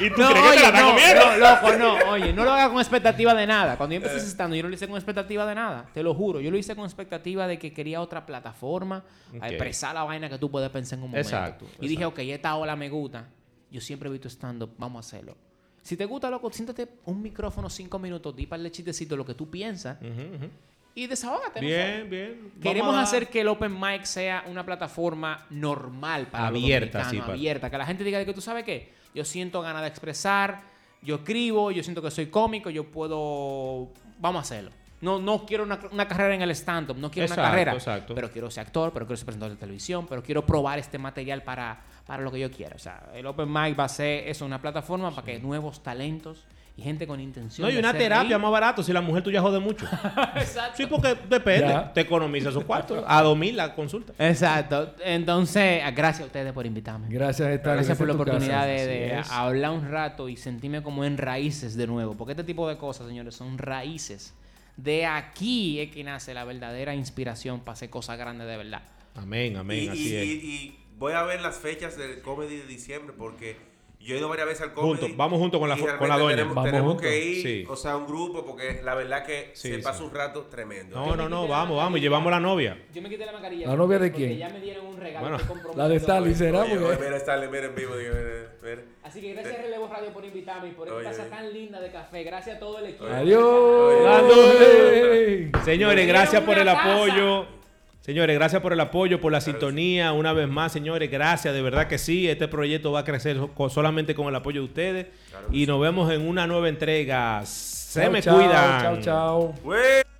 F: ¿Y tú
D: No,
F: crees que te
D: oye,
F: la está
D: no,
F: comiendo? Eh.
D: no, loco, no, oye, no lo hagas con expectativa de nada. Cuando yo empecé estando, yo no lo hice con expectativa de nada, te lo juro. Yo lo hice con expectativa de que quería otra plataforma
C: Ok.
D: a expresar la vaina que tú puedes pensar en un momento.
C: Exacto,
D: y dije, ok, esta ola me gusta. Yo siempre he visto estando, vamos a hacerlo. Si te gusta, loco, siéntate un micrófono cinco minutos, di para el chistecito lo que tú piensas
F: Mm.
C: Ujú, ujú.
D: y desahógate. no sé.
C: Bien, bien. Vamos
D: Queremos
C: a-
D: hacer que el Open Mic sea una plataforma normal para los
C: Abierta,
D: dominicanos,
C: sí, para-
D: abierta. Que la gente diga que tú sabes qué, yo siento ganas de expresar, yo escribo, yo siento que soy cómico, yo puedo... Vamos a hacerlo. No, no quiero una, una carrera en el stand-up, no quiero una
C: Exacto,
D: carrera,
C: exacto.
D: pero quiero ser actor, pero quiero ser presentador de televisión, pero quiero probar este material para, para lo que yo quiero. O sea, el Open Mic va a ser eso, una plataforma para que nuevos talentos y gente con intención
C: No, y
D: de
C: una
D: hacer
C: terapia
D: reír.
C: más barato si la mujer tuya jode mucho.
D: Exacto.
C: Sí, porque depende.
A: Ya.
C: Te economiza esos cuartos. A 2000 la consulta.
D: Exacto. Entonces, gracias a ustedes por invitarme.
A: Gracias, Stanley.
D: Gracias por la
A: en tu
D: oportunidad
A: casa.
D: de,
C: Así
D: de
C: es.
D: hablar un rato y sentirme como en raíces de nuevo. Porque este tipo de cosas, señores, son raíces. De aquí es que nace la verdadera inspiración para hacer cosas grandes de verdad.
C: Amén, amén,
B: y,
C: así
B: y-
C: es.
B: y- y voy a ver las fechas del comedy de diciembre porque Yo he ido varias veces al comedy.
C: Juntos, vamos junto con la
B: y
C: fo- con la doña.
B: realmente Tenemos,
A: Vamos
B: tenemos
A: juntos.
B: que ir,
C: Sí.
B: o sea, un grupo, porque la verdad que
C: Sí,
B: se
C: sí.
B: pasa un rato tremendo.
C: No, no, no, vamos, vamos, y llevamos la novia.
D: Yo me quité la mascarilla.
A: ¿La novia de
D: porque
A: quién?
D: Ya me dieron un regalo
C: Bueno.
D: que compromiso.
A: La de Stanley, ¿será?
B: Oye,
A: Porque-
B: oye, mira, Stanley, mira en vivo, digo, mira, mira.
D: Así que gracias a Relevo Radio por invitarme y por esta
B: Oye,
D: casa
B: oye.
D: tan linda de café. Gracias a todo el equipo.
A: Adiós.
C: Oye. Señores,
D: Nos
C: gracias
D: dieron
C: por
D: una
C: el
D: taza.
C: apoyo. Señores, gracias por el apoyo, por la sintonía. Una vez más, señores, gracias. De verdad que sí. Este proyecto va a crecer co- solamente con el apoyo de ustedes.
B: Claro que
C: Y nos vemos en una nueva entrega. Se
A: Chao,
C: me
A: chao,
C: cuidan.
A: Chao, chao.
B: Güey.